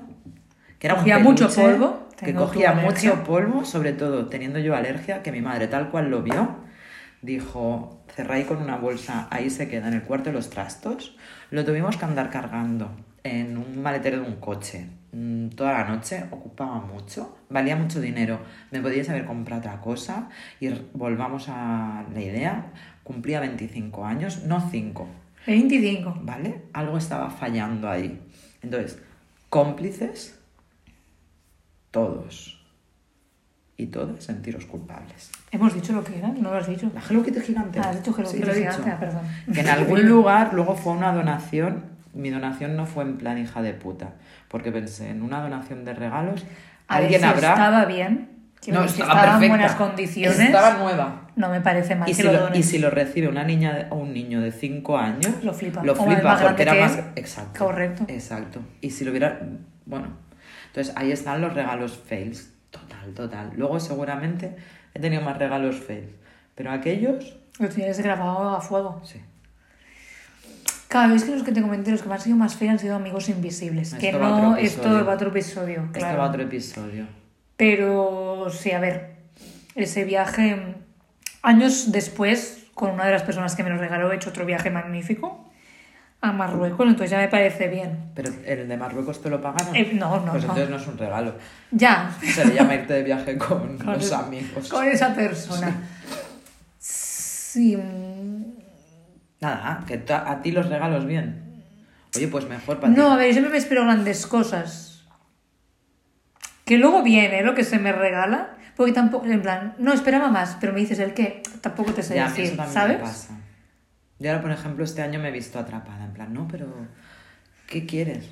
Speaker 2: que era un
Speaker 1: Cogía mucho
Speaker 2: peluche,
Speaker 1: polvo,
Speaker 2: que
Speaker 1: tengo tu
Speaker 2: cogía
Speaker 1: alergia.
Speaker 2: mucho polvo, sobre todo teniendo yo alergia, que mi madre tal cual lo vio, dijo, cerráis con una bolsa, ahí se queda en el cuarto de los trastos, lo tuvimos que andar cargando en un maletero de un coche. mm, Toda la noche ocupaba mucho, valía mucho dinero. Me podías haber comprado otra cosa y r- volvamos a la idea. Cumplía 25 años, no 5,
Speaker 1: 25.
Speaker 2: ¿vale? Algo estaba fallando ahí. Entonces, cómplices, todos. Y todas sentiros culpables.
Speaker 1: Hemos dicho lo que era, no lo has dicho.
Speaker 2: La Hello Kitty gigante.
Speaker 1: Ah, has dicho Hello
Speaker 2: Sí,
Speaker 1: Kitty
Speaker 2: lo he
Speaker 1: gigante,
Speaker 2: dicho.
Speaker 1: ah, perdón.
Speaker 2: Que en algún lugar luego fue una donación. Mi donación no fue en plan hija de puta. Porque pensé, en una donación de regalos,
Speaker 1: A ver
Speaker 2: alguien
Speaker 1: si
Speaker 2: habrá.
Speaker 1: estaba bien. Quiero
Speaker 2: No,
Speaker 1: decir,
Speaker 2: estaba
Speaker 1: estaba en
Speaker 2: perfecta.
Speaker 1: buenas condiciones.
Speaker 2: Estaba nueva.
Speaker 1: No me parece mal
Speaker 2: Y
Speaker 1: que
Speaker 2: si,
Speaker 1: lo
Speaker 2: lo,
Speaker 1: dones.
Speaker 2: y si lo recibe una niña de- o un niño de 5 años,
Speaker 1: Lo flipa.
Speaker 2: Lo
Speaker 1: O más
Speaker 2: flipa
Speaker 1: grande
Speaker 2: porque era
Speaker 1: que
Speaker 2: más.
Speaker 1: él.
Speaker 2: Exacto.
Speaker 1: Correcto.
Speaker 2: Exacto. Y si lo hubiera. Bueno. Entonces ahí están los regalos fails. Total, total. Luego seguramente he tenido más regalos fails. Pero aquellos.
Speaker 1: Lo tienes grabado a fuego.
Speaker 2: Sí.
Speaker 1: Cada vez que los que te comenté, los que me han sido más feos han sido amigos invisibles.
Speaker 2: Esto
Speaker 1: que
Speaker 2: va a
Speaker 1: no,
Speaker 2: otro
Speaker 1: esto
Speaker 2: episodio.
Speaker 1: va a otro episodio.
Speaker 2: Este
Speaker 1: Claro.
Speaker 2: va a otro episodio.
Speaker 1: Pero sí, a ver, ese viaje, mm, años después, con una de las personas que me lo regaló, he hecho otro viaje magnífico a Marruecos, entonces ya me parece bien.
Speaker 2: Pero el de Marruecos te lo pagaron.
Speaker 1: Eh, no, no,
Speaker 2: Pues
Speaker 1: no.
Speaker 2: entonces no es un regalo.
Speaker 1: Ya,
Speaker 2: Se le llama irte de viaje con,
Speaker 1: Con
Speaker 2: los
Speaker 1: es-
Speaker 2: amigos.
Speaker 1: con esa persona. Sí, mm,
Speaker 2: Nada, que ta- a ti los regalos bien. Oye, pues mejor para ti.
Speaker 1: no, a ver, yo siempre me espero grandes cosas. Que luego viene lo que se me regala, porque tampoco, en plan, no esperaba más, pero me dices el qué, tampoco te sé
Speaker 2: Ya, a mí eso
Speaker 1: decir,
Speaker 2: también me
Speaker 1: ¿sabes?
Speaker 2: pasa. Yo ahora, por ejemplo, este año me he visto atrapada. En plan, no, pero ¿qué quieres?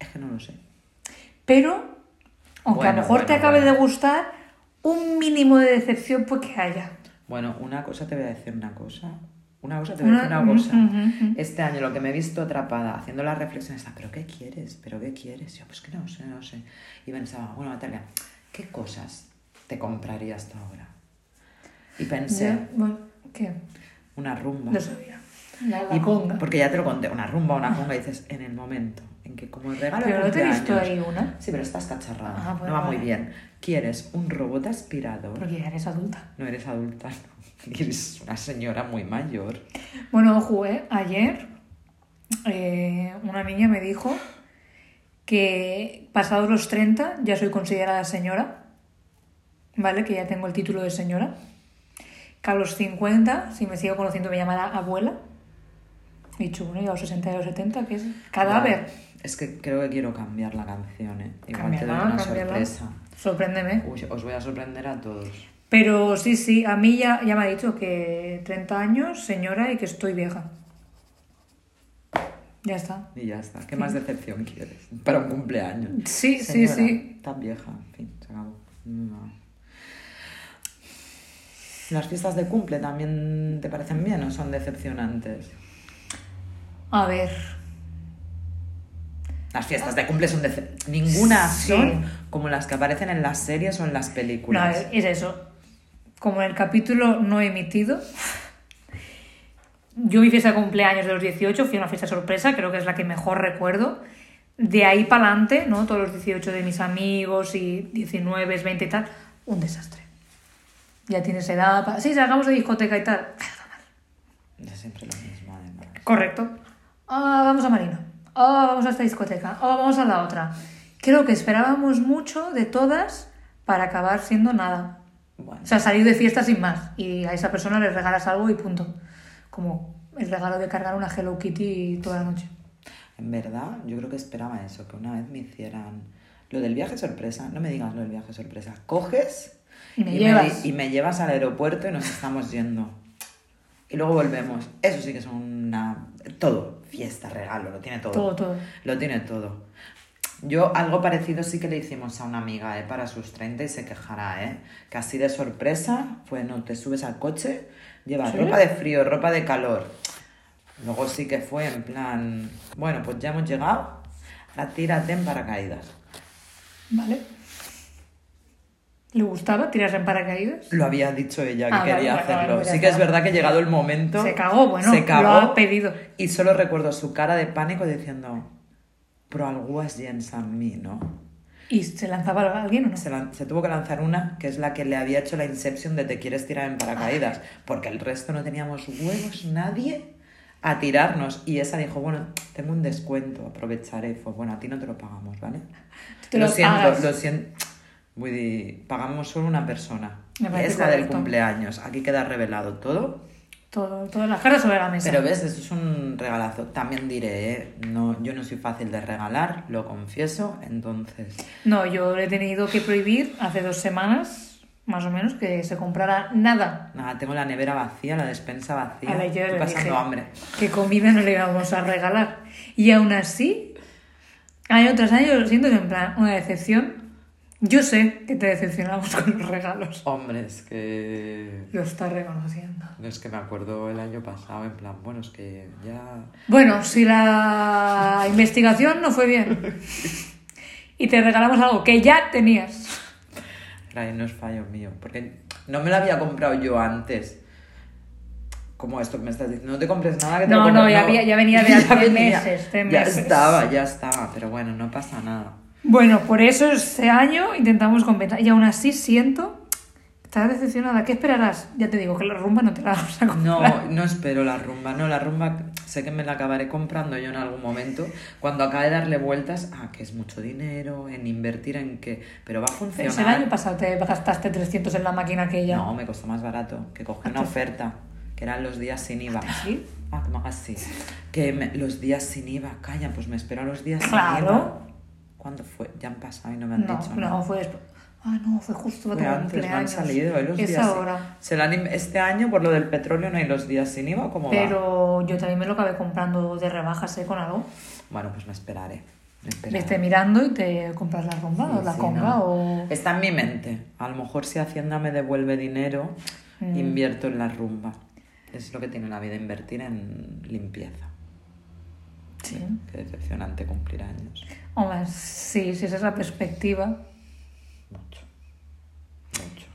Speaker 2: Es que no lo sé.
Speaker 1: Pero, aunque a lo
Speaker 2: Bueno,
Speaker 1: mejor te
Speaker 2: bueno,
Speaker 1: acabe
Speaker 2: bueno.
Speaker 1: de gustar, un mínimo de decepción pues que haya.
Speaker 2: Bueno, una cosa te voy a decir una cosa. Una cosa te voy a decir
Speaker 1: Una-
Speaker 2: una cosa.
Speaker 1: ujú, ujú, ujú.
Speaker 2: Este año lo que me he visto atrapada haciendo las reflexiones, está, pero ¿qué quieres? ¿Pero qué quieres? Yo, pues que no sé, no sé. Y pensaba, bueno, Natalia, ¿qué cosas te comprarías tú ahora? Y pensé,
Speaker 1: Ya, bueno, ¿qué?
Speaker 2: una rumba.
Speaker 1: Lo sabía. La, la
Speaker 2: Y-
Speaker 1: conga.
Speaker 2: Porque ya te lo conté, una rumba, una conga, y dices, en el momento, en que como regalo. de
Speaker 1: Pero no te he visto
Speaker 2: cumpleaños-
Speaker 1: ahí una.
Speaker 2: Sí, pero estás cacharrada.
Speaker 1: Ah, bueno,
Speaker 2: no va muy
Speaker 1: vale.
Speaker 2: bien. ¿Quieres un robot aspirador?
Speaker 1: Porque ya eres adulta.
Speaker 2: No eres adulta, no. Eres una señora muy mayor.
Speaker 1: Bueno, jugué ayer. eh, una niña me dijo que pasados los 30 ya soy considerada señora. ¿Vale? Que ya tengo el título de señora. Que a los 50, si me sigo conociendo, me llamará abuela. He dicho, bueno, y a los 60 y a los 70, que es cadáver.
Speaker 2: Vale. Es que creo que quiero cambiar la canción, ¿eh? Igual te doy
Speaker 1: Cámbiala,
Speaker 2: una
Speaker 1: cámbiala.
Speaker 2: sorpresa.
Speaker 1: Sorpréndeme.
Speaker 2: Uy, os voy a sorprender a todos.
Speaker 1: Pero sí, sí, a mí ya, ya me ha dicho que 30 años, señora, y que estoy vieja. Ya está.
Speaker 2: Y ya está. ¿Qué más decepción quieres? Para un cumpleaños.
Speaker 1: Sí,
Speaker 2: Señora,
Speaker 1: sí, sí.
Speaker 2: Tan vieja, en fin, se acabó. No. ¿Las fiestas de cumple también te parecen bien o son decepcionantes?
Speaker 1: A ver.
Speaker 2: Las fiestas de cumple son de... Ninguna
Speaker 1: Sí.
Speaker 2: son como las que aparecen en las series o en las
Speaker 1: No, eh,
Speaker 2: películas.
Speaker 1: es es eso. Como en el capítulo no emitido, yo mi fiesta de cumpleaños de los 18 fue una fiesta sorpresa, creo que es la que mejor recuerdo. De ahí para adelante, ¿no? Todos los 18 de mis amigos y 19, 20 y tal, un desastre. Ya tienes edad para... Sí, salgamos de discoteca y tal.
Speaker 2: Es siempre lo mismo, además.
Speaker 1: Correcto. Ah, vamos a Marina. Ah, vamos a esta discoteca. Ah, vamos a la otra. Creo que esperábamos mucho de todas para acabar siendo nada.
Speaker 2: Bueno,
Speaker 1: O sea, salir de fiesta sin más. Y a esa persona le regalas algo y punto. Como el regalo de cargar una Hello Kitty toda la noche.
Speaker 2: en verdad, yo creo que esperaba eso, que una vez me hicieran lo del viaje sorpresa. No me digas lo del viaje sorpresa. Coges
Speaker 1: Y me llevas.
Speaker 2: di- y me llevas al aeropuerto y nos estamos yendo. Y luego volvemos. Eso sí que es una... Todo. Fiesta, regalo, lo tiene todo.
Speaker 1: Todo, todo.
Speaker 2: Lo tiene todo. Yo algo parecido sí que le hicimos a una amiga, ¿eh? Para sus 30 y se quejará, ¿eh? Que así de sorpresa fue, no, te subes al coche, llevas
Speaker 1: ¿Sí?
Speaker 2: ropa de frío, ropa de calor. Luego sí que fue en plan, bueno, pues ya hemos llegado, ahora tírate en paracaídas.
Speaker 1: ¿Vale? ¿Le gustaba tirarse en paracaídas?
Speaker 2: Lo había dicho ella que
Speaker 1: Ah, vale,
Speaker 2: quería
Speaker 1: vale, vale,
Speaker 2: hacerlo.
Speaker 1: pues ya
Speaker 2: sí que es
Speaker 1: está.
Speaker 2: verdad que llegado el momento...
Speaker 1: Se cagó, bueno,
Speaker 2: se cagó.
Speaker 1: lo ha pedido.
Speaker 2: Y solo recuerdo su cara de pánico diciendo, pero algo es piensa en mí, ¿no?
Speaker 1: ¿Y se lanzaba a alguien o no?
Speaker 2: se, lan- se tuvo que lanzar una, que es la que le había hecho la Inception de te quieres tirar en paracaídas, porque el resto no teníamos huevos, nadie a tirarnos. Y esa dijo, bueno, tengo un descuento, aprovecharé. Y Fue, bueno, a ti no te lo pagamos, ¿vale?
Speaker 1: Te
Speaker 2: lo,
Speaker 1: lo
Speaker 2: siento,
Speaker 1: pagas.
Speaker 2: lo siento. Voy de- pagamos solo una persona.
Speaker 1: Me parece
Speaker 2: Es la del
Speaker 1: correcto.
Speaker 2: cumpleaños. Aquí queda revelado todo.
Speaker 1: Todo, todas las cartas sobre la mesa.
Speaker 2: Pero ves, eso es un regalazo. También diré, ¿eh? no, yo no soy fácil de regalar, lo confieso. Entonces,
Speaker 1: No, yo le he tenido que prohibir hace dos semanas, más o menos, que se comprara nada
Speaker 2: Nada, tengo la nevera vacía, la despensa vacía.
Speaker 1: A la yo
Speaker 2: Estoy
Speaker 1: le
Speaker 2: pasando
Speaker 1: dije
Speaker 2: hambre.
Speaker 1: que comida no le íbamos a regalar. Y aún así, año tras año lo siento que en plan una decepción. Yo sé que te decepcionamos con los regalos.
Speaker 2: Hombres, que.
Speaker 1: Lo está reconociendo.
Speaker 2: No es que me acuerdo el año pasado, en plan, bueno, es que ya.
Speaker 1: Bueno, si la investigación no fue bien y te regalamos algo que ya tenías.
Speaker 2: Claro, no es fallo mío. Porque no me lo había comprado yo antes. Como esto que me estás diciendo, no te compres nada que te
Speaker 1: No,
Speaker 2: lo
Speaker 1: no,
Speaker 2: compras,
Speaker 1: ya había- ya venía de hace meses, de
Speaker 2: ya
Speaker 1: meses.
Speaker 2: estaba, ya estaba, pero bueno, no pasa nada.
Speaker 1: Bueno, por eso este año intentamos compensar. Y aún así siento que estás decepcionada. ¿Qué esperarás? Ya te digo que la rumba no te la vamos a comprar.
Speaker 2: No, no espero la rumba, no, la rumba sé que me la acabaré comprando yo en algún momento, cuando acabe de darle vueltas, ah, que es mucho dinero, en invertir en qué, pero va a
Speaker 1: Pero
Speaker 2: funcionar.
Speaker 1: si Pues el año pasado te gastaste 300 en la máquina que ella.
Speaker 2: No, me costó más barato, que cogí una oferta, que eran los días sin IVA.
Speaker 1: Ah, ¿Sí?
Speaker 2: Ah, que me hagas así. Que me- los días sin IVA, calla, pues me espero a los días sin
Speaker 1: Claro.
Speaker 2: IVA. ¿Cuándo fue? Ya han pasado y no me han
Speaker 1: No,
Speaker 2: dicho nada.
Speaker 1: no, fue después. Ah, no, fue justo para
Speaker 2: Fue
Speaker 1: tu
Speaker 2: antes, no han
Speaker 1: cumpleaños.
Speaker 2: salido, ¿eh? Los
Speaker 1: es
Speaker 2: días sin-
Speaker 1: ahora.
Speaker 2: Se la han in- Este año, por lo del petróleo, no hay los días sin IVA, ¿cómo va?
Speaker 1: Pero yo también me lo acabé comprando de rebajas, ¿eh? Con algo.
Speaker 2: Bueno, pues me esperaré. Me
Speaker 1: Le
Speaker 2: esperaré.
Speaker 1: esté mirando y te compras la rumba
Speaker 2: Sí,
Speaker 1: o la
Speaker 2: sí,
Speaker 1: conga
Speaker 2: no.
Speaker 1: o...
Speaker 2: Está en mi mente. A lo mejor si Hacienda me devuelve dinero,
Speaker 1: Mm.
Speaker 2: invierto en la rumba. Es lo que tiene la vida, invertir en limpieza.
Speaker 1: Sí.
Speaker 2: Qué decepcionante cumplir años.
Speaker 1: Hombre, sí, si esa es la perspectiva.
Speaker 2: Mucho. Mucho.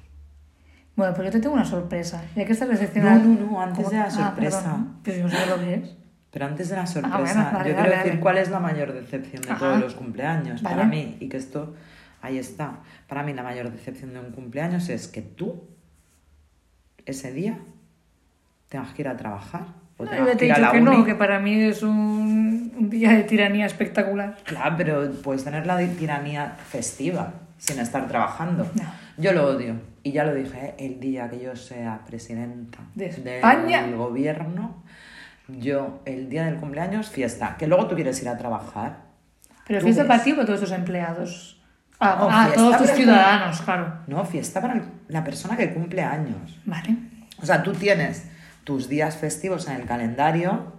Speaker 1: Bueno, pues yo te tengo una sorpresa. Ya que estás
Speaker 2: No,
Speaker 1: decepcionada...
Speaker 2: no, no, antes
Speaker 1: ¿Cómo?
Speaker 2: de la
Speaker 1: Ah,
Speaker 2: sorpresa.
Speaker 1: perdón. Pues yo no sé lo que es.
Speaker 2: Pero antes de la sorpresa,
Speaker 1: Ah, bueno, vale,
Speaker 2: yo
Speaker 1: vale,
Speaker 2: quiero decir
Speaker 1: vale.
Speaker 2: cuál es la mayor decepción de
Speaker 1: Ajá.
Speaker 2: todos los cumpleaños para
Speaker 1: Vale.
Speaker 2: mí. Y que esto, ahí está. Para mí la mayor decepción de un cumpleaños es que tú, ese día, tengas que ir a trabajar. O
Speaker 1: No,
Speaker 2: tengas
Speaker 1: yo te
Speaker 2: que
Speaker 1: he
Speaker 2: ir a
Speaker 1: dicho
Speaker 2: la
Speaker 1: que
Speaker 2: uni.
Speaker 1: no, que para mí es un, un día de tiranía espectacular.
Speaker 2: Claro, pero puedes tener la di- tiranía festiva sin estar trabajando.
Speaker 1: No.
Speaker 2: Yo lo odio. Y ya lo dije, ¿eh? el día que yo sea presidenta
Speaker 1: De España.
Speaker 2: del gobierno, yo el día del cumpleaños, fiesta. Que luego tú quieres ir a trabajar.
Speaker 1: Pero
Speaker 2: ¿Tú
Speaker 1: fiesta
Speaker 2: ves?
Speaker 1: para ti o para todos tus empleados. Ah,
Speaker 2: No,
Speaker 1: ah,
Speaker 2: fiesta
Speaker 1: todos tus
Speaker 2: para-
Speaker 1: ciudadanos, claro.
Speaker 2: No, fiesta para el- la persona que cumple años.
Speaker 1: Vale.
Speaker 2: O sea, tú tienes tus días festivos en el calendario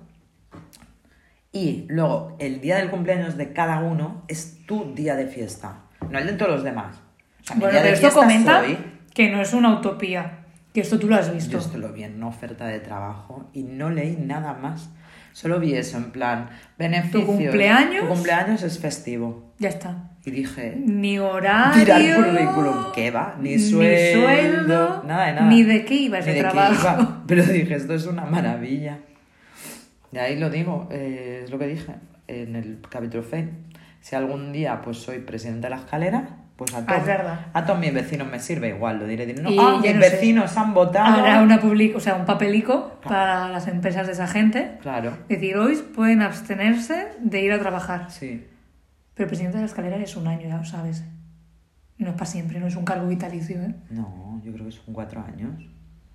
Speaker 2: y luego el día del cumpleaños de cada uno es tu día de fiesta, no el de todos los demás. O sea, mi
Speaker 1: Bueno,
Speaker 2: día de
Speaker 1: pero esto
Speaker 2: fiesta
Speaker 1: comenta
Speaker 2: soy-
Speaker 1: que no es una utopía. Que esto tú lo has visto.
Speaker 2: Yo esto lo vi en una oferta de trabajo y no leí nada más. Solo vi eso, en plan, beneficios.
Speaker 1: cumpleaños?
Speaker 2: Tu cumpleaños es festivo.
Speaker 1: Ya está.
Speaker 2: Y dije,
Speaker 1: Ni horario.
Speaker 2: tirar currículum, ¿qué va? Ni sueldo,
Speaker 1: sueldo,
Speaker 2: nada de nada.
Speaker 1: Ni de qué iba ese
Speaker 2: Ni de qué
Speaker 1: trabajo.
Speaker 2: iba. Pero dije, esto es una maravilla. De ahí lo digo, eh, es lo que dije en el capítulo FED. Si algún día pues soy presidenta de la escalera, pues a
Speaker 1: Ah, es
Speaker 2: todos,
Speaker 1: verdad.
Speaker 2: a todos mis vecinos me sirve igual, lo diré. diré, No,
Speaker 1: Y
Speaker 2: ah,
Speaker 1: ya
Speaker 2: mis
Speaker 1: no sé.
Speaker 2: vecinos han votado.
Speaker 1: Habrá una public, o sea, un papelico
Speaker 2: Ah.
Speaker 1: para las empresas de esa gente.
Speaker 2: Claro,
Speaker 1: Decir, hoy pueden abstenerse de ir a trabajar.
Speaker 2: sí.
Speaker 1: Pero el presidente de la escalera es un año, ya lo sabes. No es para siempre, no es un cargo vitalicio, ¿eh?
Speaker 2: No, yo creo que son cuatro años,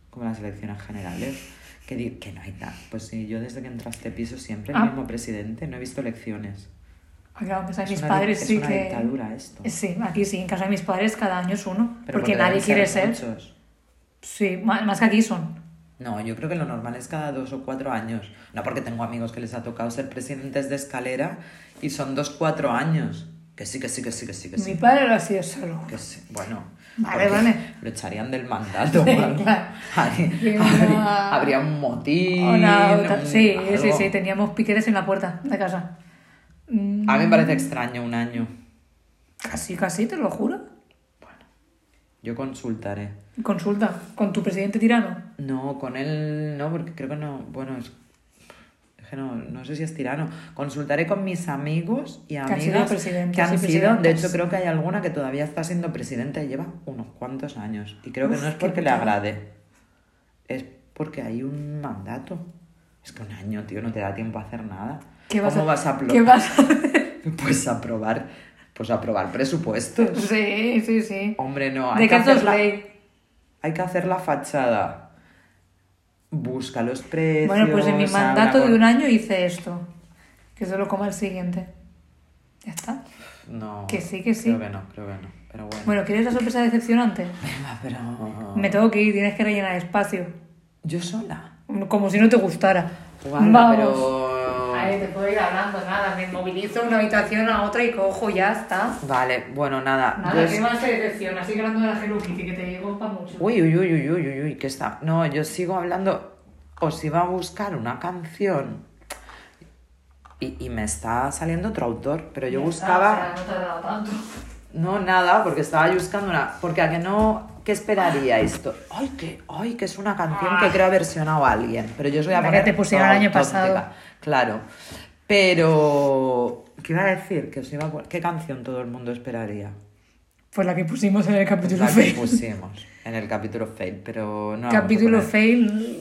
Speaker 2: como las elecciones generales. Que, di- que no hay nada. Pues sí, yo desde que entré a este piso siempre el
Speaker 1: Ah.
Speaker 2: mismo presidente, no he visto elecciones.
Speaker 1: Ah, Claro, en casa de
Speaker 2: Es
Speaker 1: mis
Speaker 2: una di-
Speaker 1: padres
Speaker 2: es
Speaker 1: sí
Speaker 2: una
Speaker 1: que.
Speaker 2: dictadura esto.
Speaker 1: Sí, aquí sí, en casa de mis padres cada año es uno.
Speaker 2: Pero
Speaker 1: porque, nadie
Speaker 2: deben
Speaker 1: quiere ser.
Speaker 2: muchos.
Speaker 1: Sí, ma- más que aquí son.
Speaker 2: No, yo creo que lo normal es cada dos o cuatro años. No, porque tengo amigos que les ha tocado ser presidentes de escalera y son dos, cuatro años. Que sí, que sí, que sí, que sí, que
Speaker 1: Mi
Speaker 2: sí.
Speaker 1: padre lo ha sido solo.
Speaker 2: Que sí. Bueno,
Speaker 1: Vale,
Speaker 2: porque
Speaker 1: vale.
Speaker 2: lo echarían del mandato.
Speaker 1: Sí,
Speaker 2: ¿vale?
Speaker 1: claro. Y
Speaker 2: Habría-
Speaker 1: una-
Speaker 2: habría un motín.
Speaker 1: Hola, otra-
Speaker 2: un-
Speaker 1: Sí, sí,
Speaker 2: algo.
Speaker 1: sí, teníamos piquetes en la puerta de casa. Mm,
Speaker 2: A mí me parece extraño un año.
Speaker 1: Casi, casi, te lo juro.
Speaker 2: Yo consultaré.
Speaker 1: Consulta, con tu presidente tirano.
Speaker 2: No, con él no, porque creo que no. Bueno, es, es que no, no sé si es tirano. Consultaré con mis amigos y
Speaker 1: han sido
Speaker 2: amigas
Speaker 1: presidentes
Speaker 2: que han
Speaker 1: y
Speaker 2: sido. De
Speaker 1: presidentas.
Speaker 2: hecho, creo que hay alguna que todavía está siendo presidenta y lleva unos cuantos años. Y creo que
Speaker 1: Uf,
Speaker 2: no es
Speaker 1: qué
Speaker 2: porque le
Speaker 1: putada.
Speaker 2: agrade. Es porque hay un mandato. Es que un año, tío, no te da tiempo a hacer nada.
Speaker 1: ¿Qué vas
Speaker 2: ¿Cómo
Speaker 1: a-
Speaker 2: vas a apro-
Speaker 1: ¿Qué vas a hacer?
Speaker 2: Pues aprobar. Pues aprobar presupuestos.
Speaker 1: Sí, sí, sí.
Speaker 2: Hombre, no. hay que
Speaker 1: Decretos
Speaker 2: hacer la-
Speaker 1: ley.
Speaker 2: hay que hacer la fachada. Busca los precios.
Speaker 1: Bueno, pues en mi
Speaker 2: habla
Speaker 1: mandato
Speaker 2: con-
Speaker 1: de un año hice esto. Que se lo coma el siguiente. Ya está.
Speaker 2: No.
Speaker 1: Que sí, que sí.
Speaker 2: Creo que no, creo que no. Pero bueno.
Speaker 1: Bueno, ¿quieres la sorpresa decepcionante?
Speaker 2: Venga, pero.
Speaker 1: Me tengo que ir, tienes que rellenar espacio.
Speaker 2: Yo sola.
Speaker 1: Como si no te gustara.
Speaker 2: Guarda,
Speaker 1: Vamos.
Speaker 2: pero-
Speaker 1: Ay, te puedo ir hablando, nada. Me movilizo de una habitación a otra y cojo, ya está.
Speaker 2: Vale, bueno, nada. yo
Speaker 1: Nada,
Speaker 2: es-
Speaker 1: ¿qué más te decepciona? Así que hablando de la Hello Kitty, que te llegó para mucho.
Speaker 2: Uy, uy, uy, uy, uy, uy, uy, que está. No, yo sigo hablando. Os iba a buscar una canción. Y, y me está saliendo otro autor, pero yo
Speaker 1: Ya
Speaker 2: buscaba.
Speaker 1: está, o sea, no te ha dado tanto.
Speaker 2: No, nada, porque estaba buscando una. Porque a que no. ¿Qué esperaría esto? Ay, que, ay, que es una canción que creo ha versionado alguien. Pero yo os voy a
Speaker 1: La que
Speaker 2: poner.
Speaker 1: te pusieron el año
Speaker 2: auténtica,
Speaker 1: pasado.
Speaker 2: Claro. Pero. ¿Qué iba a decir? Que os iba a pon- ¿Qué canción todo el mundo esperaría?
Speaker 1: Pues la que pusimos en el capítulo
Speaker 2: La que
Speaker 1: fail.
Speaker 2: pusimos en el capítulo fail, pero no. la vamos a
Speaker 1: Capítulo
Speaker 2: poner.
Speaker 1: fail.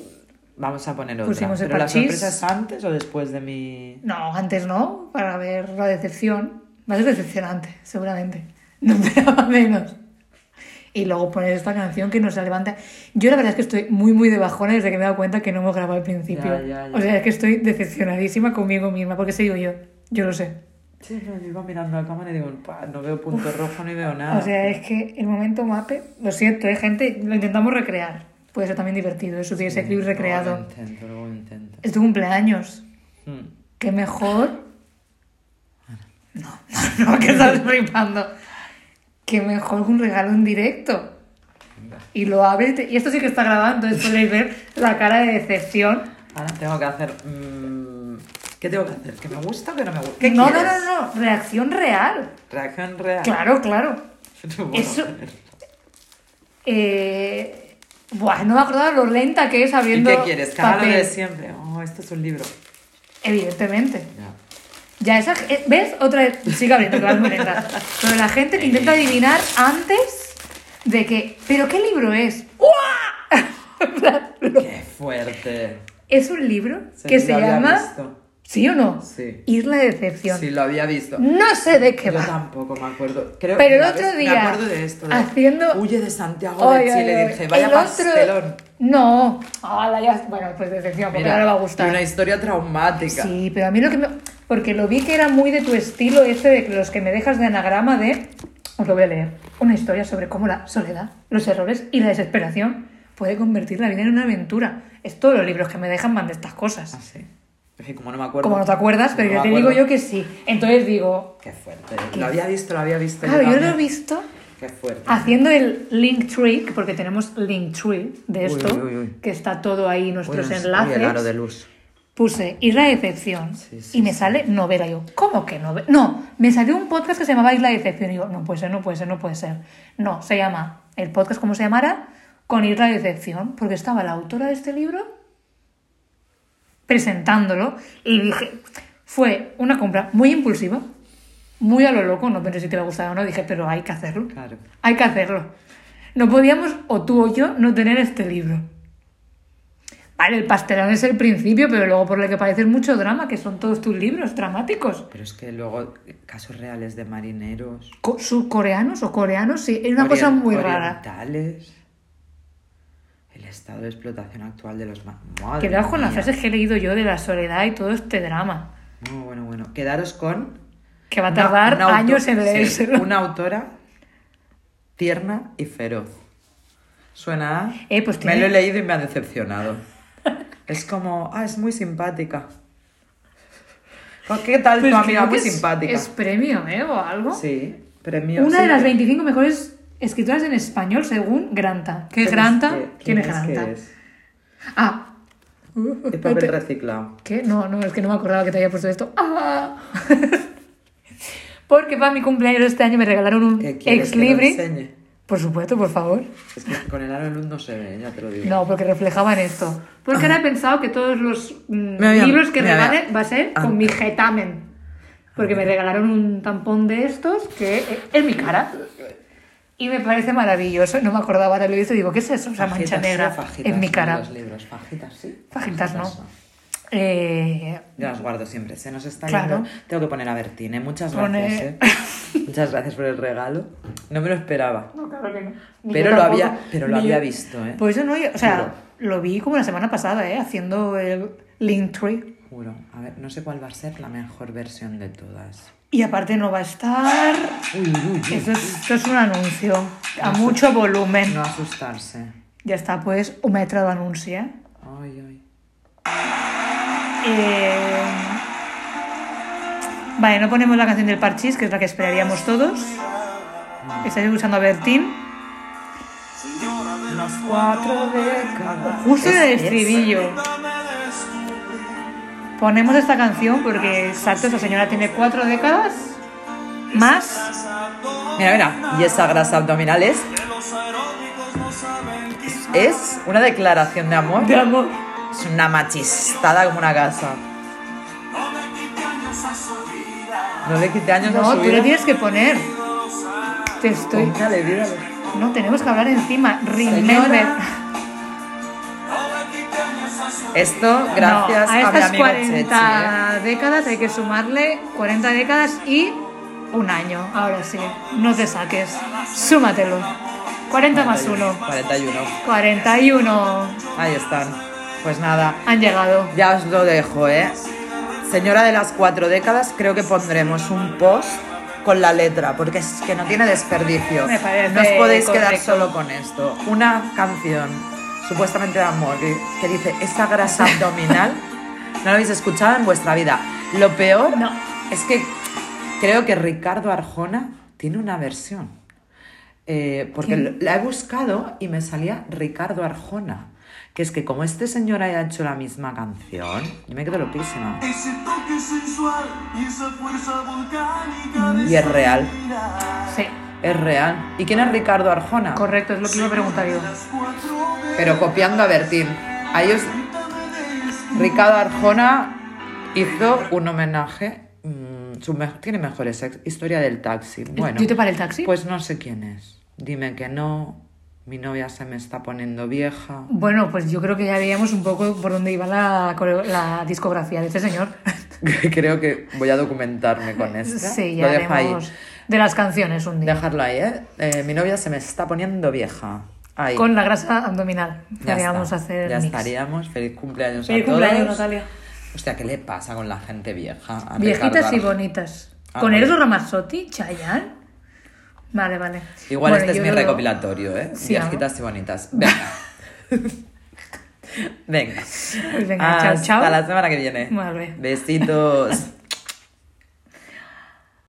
Speaker 2: Vamos a poner otra.
Speaker 1: Pusimos el
Speaker 2: ¿Pero la
Speaker 1: parchís.
Speaker 2: sorpresa es antes o después de mi.?
Speaker 1: No, antes no, para ver la decepción. Va a ser decepcionante, seguramente. No esperaba menos. Y luego poner esta canción que nos levanta. Yo la verdad es que estoy muy, muy de bajona desde que me he dado cuenta que no hemos grabado al principio.
Speaker 2: Ya, ya, ya.
Speaker 1: O sea, es que estoy decepcionadísima conmigo misma, porque se digo yo. Yo lo sé.
Speaker 2: Sí, pero yo iba mirando a la cámara y digo, "Pa, no veo punto rojo ni veo nada.
Speaker 1: O sea, es que el momento mape, lo siento, ¿eh, gente, lo intentamos recrear. Puede ser también divertido, eso tiene ese clip
Speaker 2: Luego lo
Speaker 1: recreado.
Speaker 2: intento, luego lo intento.
Speaker 1: Es tu cumpleaños.
Speaker 2: Mm.
Speaker 1: Qué mejor. No, no, no, que estás flipando. Qué mejor que un regalo en directo. Y lo abres y, te- y esto sí que está grabado, entonces podréis ver la cara de decepción.
Speaker 2: Ahora tengo que hacer. mm, ¿Qué tengo que hacer? ¿Que me gusta o que no me gusta? ¿Qué
Speaker 1: No, no,
Speaker 2: quieres?
Speaker 1: no, no, reacción real.
Speaker 2: Reacción real.
Speaker 1: Claro, claro.
Speaker 2: No puedo
Speaker 1: Eso-
Speaker 2: hacer.
Speaker 1: Eh, buah, no me acordaba lo lenta que es
Speaker 2: ¿Y
Speaker 1: abriendo.
Speaker 2: qué quieres? Que haga lo de
Speaker 1: papel.
Speaker 2: siempre. Oh, esto es un libro.
Speaker 1: Evidentemente.
Speaker 2: Ya.
Speaker 1: Ya, esa. eh, ¿Ves? Otra vez. Sigue abriendo, que vas muy lenta. Pero la gente que
Speaker 2: Eh.
Speaker 1: intenta adivinar antes de que. ¿Pero qué libro es? ¡Uah! En plan, lo-
Speaker 2: ¡Qué fuerte!
Speaker 1: es un libro
Speaker 2: Sí,
Speaker 1: que
Speaker 2: lo
Speaker 1: se
Speaker 2: había
Speaker 1: llama.
Speaker 2: visto.
Speaker 1: ¿Sí o no?
Speaker 2: Sí.
Speaker 1: Isla de Decepción.
Speaker 2: Sí, lo había visto.
Speaker 1: No sé de qué
Speaker 2: Yo
Speaker 1: va.
Speaker 2: tampoco me acuerdo. Creo,
Speaker 1: Pero el
Speaker 2: mira,
Speaker 1: otro
Speaker 2: ves, Me
Speaker 1: día,
Speaker 2: acuerdo de esto. de,
Speaker 1: haciendo-
Speaker 2: Huye de Santiago
Speaker 1: Ay,
Speaker 2: de Chile.
Speaker 1: ay, ay.
Speaker 2: Dije, vaya
Speaker 1: El otro-
Speaker 2: pastelón.
Speaker 1: No. Ahora ya. Bueno, pues decepción, porque ahora va a
Speaker 2: y
Speaker 1: gustar.
Speaker 2: una historia traumática.
Speaker 1: Sí, pero a mí lo que me... Porque lo vi que era muy de tu estilo este de que los que me dejas de anagrama de... Os lo voy a leer. Una historia sobre cómo la soledad, los errores y la desesperación puede convertir la vida en una aventura. Es todos los libros que me dejan van de estas cosas.
Speaker 2: Ah, sí. Es que como no me acuerdo.
Speaker 1: Como no te acuerdas, pero
Speaker 2: No
Speaker 1: yo
Speaker 2: me
Speaker 1: te
Speaker 2: acuerdo.
Speaker 1: digo yo que sí. Entonces digo...
Speaker 2: Qué fuerte. Lo había visto, lo había visto.
Speaker 1: Claro, yo lo he
Speaker 2: también.
Speaker 1: visto
Speaker 2: Qué fuerte.
Speaker 1: haciendo el link trick, porque tenemos link tree de
Speaker 2: Uy,
Speaker 1: esto,
Speaker 2: uy, uy, uy.
Speaker 1: que está todo ahí, nuestros
Speaker 2: Uy, uy,
Speaker 1: enlaces.
Speaker 2: el aro de luz.
Speaker 1: Puse Isla de Decepción
Speaker 2: Sí, sí,
Speaker 1: y me
Speaker 2: sí.
Speaker 1: sale novela. Yo, ¿cómo que novela? No, me salió un podcast que se llamaba Isla de Decepción. Y yo, no puede ser, no puede ser, no puede ser. No, se llama, el podcast como se llamara, con Isla de Decepción, porque estaba la autora de este libro presentándolo y dije, fue una compra muy impulsiva, muy a lo loco, no pensé si te iba a gustar o no, dije, pero hay que hacerlo.
Speaker 2: Claro.
Speaker 1: Hay que hacerlo. No podíamos, o tú o yo, no tener este libro. Vale, el pastelón es el principio, pero luego por lo que parece es mucho drama, que son todos tus libros dramáticos.
Speaker 2: Pero es que luego eh, casos reales de marineros.
Speaker 1: Co- ¿Surcoreanos o coreanos? Sí, es una cosa
Speaker 2: orien-
Speaker 1: muy rara.
Speaker 2: orientales, El estado de explotación actual de los... ma- Madre
Speaker 1: Quedaos con las
Speaker 2: mía.
Speaker 1: frases que he leído yo de la soledad y todo este drama,
Speaker 2: Muy bueno, bueno. Quedaros con...
Speaker 1: que va a
Speaker 2: una-
Speaker 1: tardar
Speaker 2: una auto-
Speaker 1: años en
Speaker 2: sí,
Speaker 1: leérselo.
Speaker 2: una autora tierna y feroz. Suena a...
Speaker 1: Eh, pues
Speaker 2: me
Speaker 1: tiene-
Speaker 2: lo he leído y me ha decepcionado. es como... Ah, es muy simpática. ¿Qué tal
Speaker 1: Pero
Speaker 2: tu
Speaker 1: es que Pues creo
Speaker 2: amiga? Muy
Speaker 1: que es-
Speaker 2: simpática.
Speaker 1: Es premio, ¿eh? O algo.
Speaker 2: Sí, premio...
Speaker 1: Una
Speaker 2: sí,
Speaker 1: de las
Speaker 2: que-
Speaker 1: 25 mejores escritoras en español según Granta. ¿Qué
Speaker 2: pero es
Speaker 1: Granta?
Speaker 2: que-
Speaker 1: ¿Quién es
Speaker 2: es que
Speaker 1: Granta?
Speaker 2: es?
Speaker 1: Ah.
Speaker 2: Es papel reciclado.
Speaker 1: ¿Qué? No, no, es que no me acordaba que te había puesto esto. ¡Ah! Porque para mi cumpleaños este año me regalaron un
Speaker 2: ¿Qué quieres
Speaker 1: ex
Speaker 2: que lo
Speaker 1: libri.
Speaker 2: enseñe?
Speaker 1: Por supuesto, por favor.
Speaker 2: Es que con el aro en luz no se ve, ya te lo digo.
Speaker 1: No, porque reflejaban esto. Porque ahora he pensado que todos los mm,
Speaker 2: Me había-
Speaker 1: libros que
Speaker 2: me había- Ah.
Speaker 1: regale va a ser con mi getamen. Porque me regalaron un tampón de estos que es, es mi cara. Y me parece maravilloso. No me acordaba ahora lo he visto y digo, ¿qué es eso? Esa mancha
Speaker 2: Fajitas,
Speaker 1: negra
Speaker 2: sí, fajitas
Speaker 1: en mi
Speaker 2: son
Speaker 1: cara.
Speaker 2: Los libros, fajitas, sí.
Speaker 1: Fajitas no.
Speaker 2: son.
Speaker 1: Eh,
Speaker 2: Yo las guardo siempre. Se nos está
Speaker 1: Claro.
Speaker 2: yendo. Tengo que poner a Bertine. Muchas
Speaker 1: Pone-
Speaker 2: gracias. ¿eh? Muchas gracias por el regalo. No me lo esperaba.
Speaker 1: No, claro que no. Ni
Speaker 2: Pero
Speaker 1: yo
Speaker 2: lo
Speaker 1: tampoco.
Speaker 2: había- pero lo
Speaker 1: Ni yo.
Speaker 2: había visto, ¿eh?
Speaker 1: Por eso no, o sea, lo vi como la semana pasada, ¿eh? Haciendo el Linktree.
Speaker 2: Juro. A ver, no sé cuál va a ser la mejor versión de todas.
Speaker 1: Y aparte no va a estar...
Speaker 2: Uy, uy, uy.
Speaker 1: Esto es, esto es un anuncio a mucho volumen.
Speaker 2: No asustarse.
Speaker 1: Ya está, pues, un metro de anuncio, eh?
Speaker 2: Ay, ay.
Speaker 1: Eh, Vale, no ponemos la canción del Parchís, que es la que esperaríamos todos. Estáis escuchando a Bertín.
Speaker 2: Las cuatro décadas.
Speaker 1: Justo en el
Speaker 2: Es- es-
Speaker 1: estribillo. Ponemos esta canción porque, exacto, esta señora tiene cuatro décadas más.
Speaker 2: Mira, mira. Y esa grasa abdominal es. Es una declaración de amor.
Speaker 1: De amor.
Speaker 2: Es una machistada como una casa. No le quite años a
Speaker 1: No,
Speaker 2: su
Speaker 1: tú le
Speaker 2: vida.
Speaker 1: tienes que poner. Te estoy.
Speaker 2: Póngale vida.
Speaker 1: No, tenemos que hablar encima. Remember.
Speaker 2: Señora, Esto gracias
Speaker 1: No, a
Speaker 2: a, mi
Speaker 1: estas
Speaker 2: amigo ¿eh?
Speaker 1: 40 décadas hay que sumarle 40 décadas y un año. Ahora sí, no te saques. Súmatelo. 40 más
Speaker 2: Chechi, ¿eh?
Speaker 1: 1.
Speaker 2: 41.
Speaker 1: 41.
Speaker 2: Ahí están. Pues nada,
Speaker 1: Han llegado.
Speaker 2: ya os lo dejo, ¿eh? Señora de las cuatro décadas, creo que pondremos un post con la letra, porque es que no tiene desperdicio.
Speaker 1: Me parece
Speaker 2: no os podéis quedar
Speaker 1: correcto.
Speaker 2: solo con esto. Una canción supuestamente de amor que, que dice esa grasa abdominal, no lo habéis escuchado en vuestra vida. Lo peor
Speaker 1: No.
Speaker 2: es que creo que Ricardo Arjona tiene una versión. Eh, porque
Speaker 1: ¿Quién?
Speaker 2: la he buscado y me salía Ricardo Arjona. Que es que como este señor haya hecho la misma canción, yo me quedo loquísima.
Speaker 3: Ese toque sensual y esa fuerza volcánica de
Speaker 2: Y es real,
Speaker 1: Sí,
Speaker 2: es real. ¿Y quién es Ricardo Arjona?
Speaker 1: correcto, es lo que iba a preguntar yo.
Speaker 2: Pero copiando a Bertín. A ellos, Ricardo Arjona hizo un homenaje. mm, su me- tiene mejores ex- historia del taxi. Bueno,
Speaker 1: ¿Yo te paré el taxi?
Speaker 2: pues no sé quién es. Dime que no. Mi novia se me está poniendo vieja.
Speaker 1: Bueno, pues yo creo que ya veíamos un poco por dónde iba la, coreo- la discografía de este señor.
Speaker 2: Creo que voy a documentarme con esto.
Speaker 1: Sí,
Speaker 2: Lo
Speaker 1: ya
Speaker 2: dejo ahí.
Speaker 1: haremos de las canciones un día.
Speaker 2: Dejarlo ahí, ¿eh? Eh, Mi novia se me está poniendo vieja. Ahí.
Speaker 1: Con la grasa abdominal.
Speaker 2: Ya
Speaker 1: Podríamos
Speaker 2: está.
Speaker 1: hacer
Speaker 2: Ya
Speaker 1: mix.
Speaker 2: estaríamos. Feliz cumpleaños
Speaker 1: Feliz
Speaker 2: a todos.
Speaker 1: cumpleaños, Natalia.
Speaker 2: Hostia, ¿qué le pasa con la gente vieja? A
Speaker 1: Viejitas
Speaker 2: Ricardo
Speaker 1: y
Speaker 2: Arjona.
Speaker 1: bonitas.
Speaker 2: Ah,
Speaker 1: ¿Con
Speaker 2: vale.
Speaker 1: Eros Ramazzotti? ¿Chayanne? Vale, vale.
Speaker 2: Igual
Speaker 1: Bueno,
Speaker 2: este es
Speaker 1: yo
Speaker 2: mi
Speaker 1: creo-
Speaker 2: recopilatorio, ¿eh?
Speaker 1: Sí, ¿no?
Speaker 2: Viejitas y bonitas. Venga. Venga.
Speaker 1: Pues venga, chao,
Speaker 2: Hasta
Speaker 1: chao.
Speaker 2: la semana que viene.
Speaker 1: Vale.
Speaker 2: Besitos.